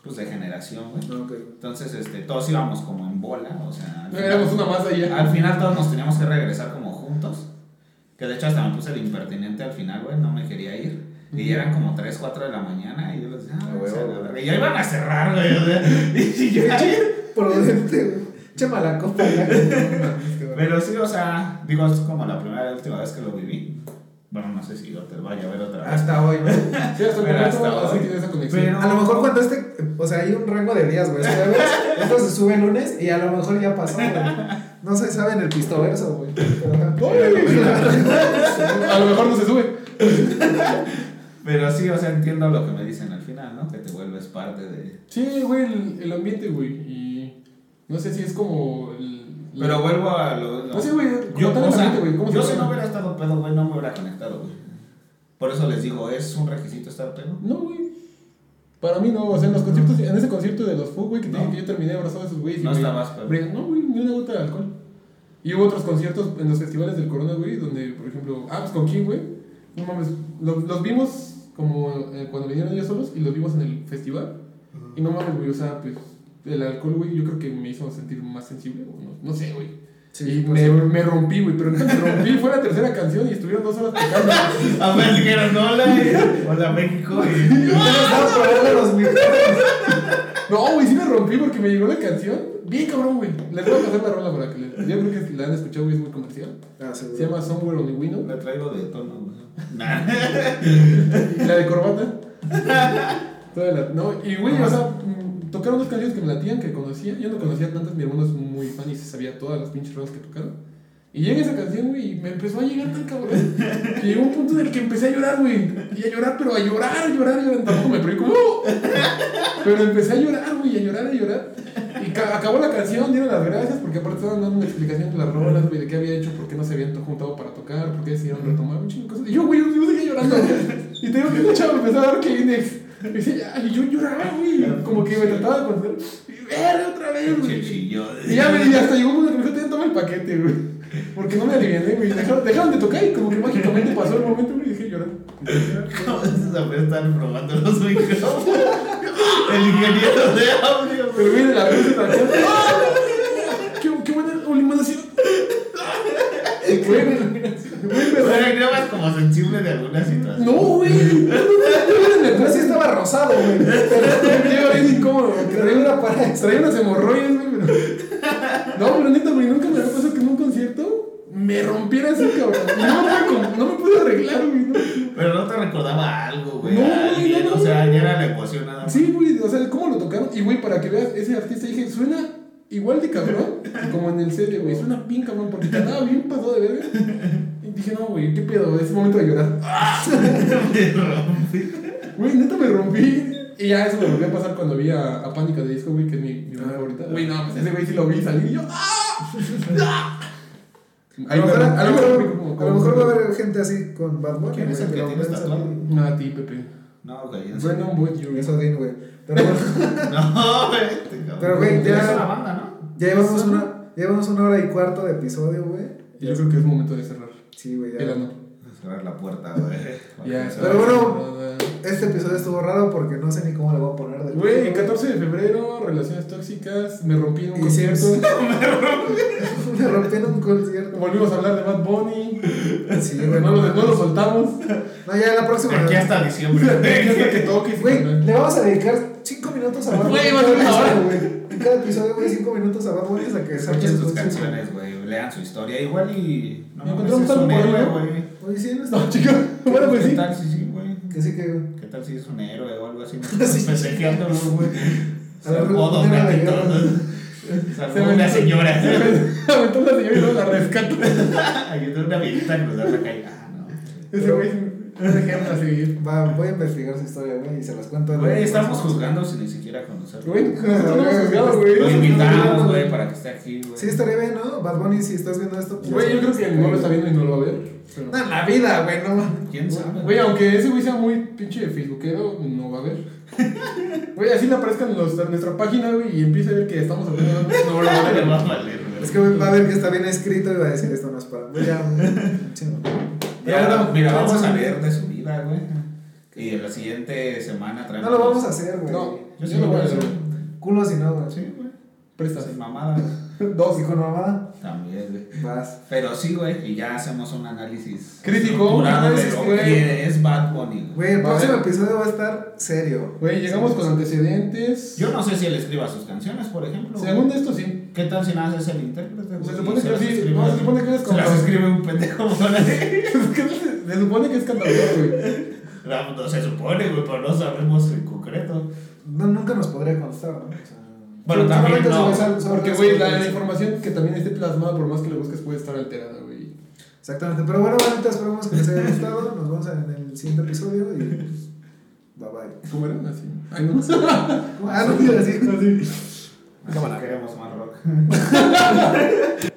pues, de generación, güey. [LAUGHS] No, Ah, ok. Entonces, este, todos íbamos como en bola, o sea... al No, final- éramos una masa y ya. Al final todos nos teníamos que regresar como juntos. Que de hecho hasta me puse el impertinente al final, güey, no me quería ir. Y eran como 3, 4 de la mañana y yo les decía, ah, Ah, o sea, huevo, la güey. verga. Y ya iban a cerrar, güey. o sea, [LAUGHS] y yo ya- Prudente, güey. Chema la copa ya. Pero sí, o sea, digo, es como la primera y última vez que lo viví. Bueno, no sé si yo te vaya a ver otra vez. Hasta hoy, güey. Sí, hasta el Pero momento hasta así hoy. tienes esa conexión. Pero, A lo mejor cuando este, o sea, hay un rango de días, güey. ¿sabes? Esto se sube el lunes y a lo mejor ya pasó, güey. No se sabe en el pistoverso, güey. Pero, ajá. [LAUGHS] A lo mejor no se sube. pero sí, o sea, entiendo lo que me dicen al final, ¿no? Que te vuelves parte de... Sí, güey, el, el ambiente, güey. Y no sé si es como. El, Pero vuelvo a lo... lo- No sé, Pues güey. como Yo, tal o el sea, ambiente, güey, ¿cómo yo se si no llama? hubiera estado pedo, güey, no me hubiera conectado, güey. Por eso les digo, es un requisito estar pedo. No, güey. Para mí no, o sea, en los conciertos, en ese concierto de los Foo, güey, que te No. dije que yo terminé abrazado de esos güeyes. y, No güey, estabas, pero- brin- No, güey, ni una gota de alcohol. Y hubo otros conciertos en los festivales del Corona, güey, donde, por ejemplo, ah, pues con quién, güey. No mames, los, los vimos como eh, cuando vinieron ellos solos y los vimos en el festival. Y no mames, güey, o sea, pues el alcohol, güey, yo creo que me hizo sentir más sensible, o no, no sé, güey. y Sí, pues, me, me rompí, güey, pero no me rompí, fue la tercera canción y estuvieron dos horas tocando. A ver, dijeron hola, y- hola [LAUGHS] México. y- yo no estaba por ahí de los micrófonos. No, güey, sí me rompí porque me llegó la canción. Bien cabrón, güey. Les voy a pasar la rola para que les... Yo creo que la han escuchado, güey, es muy comercial. Ah, Se seguro. llama Somewhere on the Window. Me traigo de tono, güey. Nah. Y la de corbata. Toda la- No, y güey, o sea, mm, tocaron dos canciones que me latían, que conocía. Yo no conocía tantas, mi hermano es muy fan y se sabía todas las pinches rolas que tocaron. Y llega esa canción, güey, y me empezó a llegar tan cabrón. Que llegó un punto en el que empecé a llorar, güey. Y a llorar, pero a llorar, a llorar, a llorar. Tampoco me ¡uh! preocupo. Pero empecé a llorar, güey, a llorar, a llorar. Y ca- acabó la canción, dieron las gracias, porque aparte estaban dando una explicación de las rolas, güey, de qué había hecho, por qué no se habían to- juntado para tocar, por qué decidieron retomar, un chingo de cosas. Y yo, güey, yo, yo seguía llorando. Y te digo que este chavo me empezó a dar Kleenex. Y dice, ay, yo lloraba, güey. Como que me trataba de contar. Y verga, otra vez, güey. Chichillo. Y ya me y hasta llegó un momento que me dijo, "Ten, toma el paquete, güey. Porque no me aliviané, güey. Dejaron, dejaron de tocar y como que mágicamente pasó el momento, güey, y dejé de llorar. ¿Cómo se sabe estar probando los micrófonos? El ingeniero de audio, Pero viene la vez de la canción. ¡Ah! ¡Qué, qué buena iluminación! Güey, güey. pero- Pero grabas como sensible de alguna situación. No, güey. Pero sí estaba rosado, güey. Pero Me llega bien incómodo. traía una para eso. Traía unas hemorroides, güey. pero- No, pero neta, güey, nunca me había pasado que en un concierto me rompiera así, cabrón. Y no me pude, com- no me pude arreglar, güey. no. Pero no te recordaba algo, güey. a No, güey, alguien, no, o no, sea, güey. ya era la ecuación nada [LAUGHS] más. Sí, güey, o sea, ¿cómo lo tocaron? Y, güey, para que veas, ese artista dije, suena igual de cabrón que como en el serie, güey. Suena bien cabrón porque cantaba bien pasado de verga. Y dije, no, güey, qué pedo, es momento de llorar. Güey, neta me rompí. Y ya eso me volvió a pasar cuando vi a, a Pánica de Disco, güey, que es mi, mi Ah, banda favorita. Güey, no, pues ese güey sí lo vi salir y yo. ¡Ah! A lo mejor, a lo mejor- a lo mejor va a ver. haber gente así con Bad Bunny. ¿Quién es güey, el que pero tienes piensa tatuado? que- No, a ti, Pepe. No, güey, en serio. Bueno, Wood, you Eso bien, güey. Pero bueno, [LAUGHS] [LAUGHS] No, güey. te cabrón. Pero, güey, ya- Es una banda, ¿no? ya llevamos una, ya llevamos una hora y cuarto de episodio, güey. Yo creo que es momento de cerrar. Sí, güey, ya. El ano. Cerrar la puerta, güey. Ya, Pero bueno. cerrada. Este episodio estuvo raro porque no sé ni cómo le voy a poner de Güey, 14 de febrero, relaciones tóxicas, me rompí en un Y concierto. sí, [LAUGHS] Me rompieron un concierto. [LAUGHS] Volvimos a hablar de Bad Bunny. Sí, No güey. No, lo, no lo soltamos. No, ya la próxima. Aquí hasta pues, diciembre. [LAUGHS] Ya hasta que güey. toques. Güey, carnal. le vamos a dedicar 5 minutos a Bad Bunny. Güey, va a ser una Cada hora. episodio, güey. En Cada episodio, güey, 5 minutos a Bad Bunny hasta que saque Escuchen su sus canción. canciones, güey. Lean su historia. Igual y. No Me mames, encontramos es un algo por ahí, héroe, ¿no? güey. Oye, sí, no [LAUGHS] está. No, chicos. Bueno, pues ¿Qué sí. tal si sí, güey? Que sí que. ¿Qué tal si es un héroe o algo así? Sí. Pendejeándolo, güey. A lo mejor Modo era la bélico. guerra. Se Salvó aventó- una señora. Se [LAUGHS] aventó la señora y luego la rescata. Ayudó a una viejita a cruzar la calle. Ah, no. Ese güey es un ejemplo a seguir. Va, voy a investigar su historia, güey, y se las cuento. Güey, estamos juzgando sin ni siquiera conocerlo. Güey, nosotros no hemos juzgado, güey. Lo invitamos, güey, para que esté aquí, güey. Sí, estaría bien, ¿no? Bad Bunny, si estás viendo esto. pues, Güey, yo creo que no lo está viendo y no lo va a ver. pero- No, en la vida, güey, no mames. ¿Quién sabe? Güey, aunque ese güey sea muy pinche facebookero, no va a ver. [LAUGHS] Güey, así le aparezcan los, en nuestra página, güey, y empieza a ver que estamos hablando. No, no, No le no, va no. a valer, güey. Es que güey, va a ver que está bien escrito y va a decir esto no es para mí. Ya, güey. Chingo. Pero Ya, bueno, mira, chance, vamos a güey. leer de su vida, güey. Y en la siguiente semana traemos. No lo vamos a hacer, güey. No, Yo yo sí no lo voy a voy a hacer. Culo si no, güey. Sí, güey. Presta. Sin mamadas. Dos. Y con mamá, También, güey. vas. Pero sí, güey, y ya hacemos un análisis. Crítico, estructurado un análisis, de lo güey. que es Bad Bunny, güey. Güey, el Va a próximo ver. episodio va a estar serio. Güey, llegamos con antecedentes. Yo no sé si él escriba sus canciones, por ejemplo. güey. Según esto, sí. ¿Qué tal si nada más es el intérprete? güey? Se supone Y que las sí, escribe no, se así. supone que es Se como- las escribe un pendejo [LAUGHS] por ahí. Se supone que es cantautor, güey. No, no se supone, güey, pero no sabemos en concreto. No, nunca nos podría constar, ¿no? O sea, Bueno, sí, también solamente no, sobre- [LAUGHS] sobre- sobre- Porque, güey, la, sobre- información que también esté plasmada, por más que le busques, puede estar alterada, güey. Exactamente. Pero bueno, ahorita esperamos que les haya gustado. Nos vemos en el siguiente episodio y. Bye bye. ¿Cómo eran? Así. Ay, [LAUGHS] no. Ah, no, Ah, así, así. Así Queremos más rock.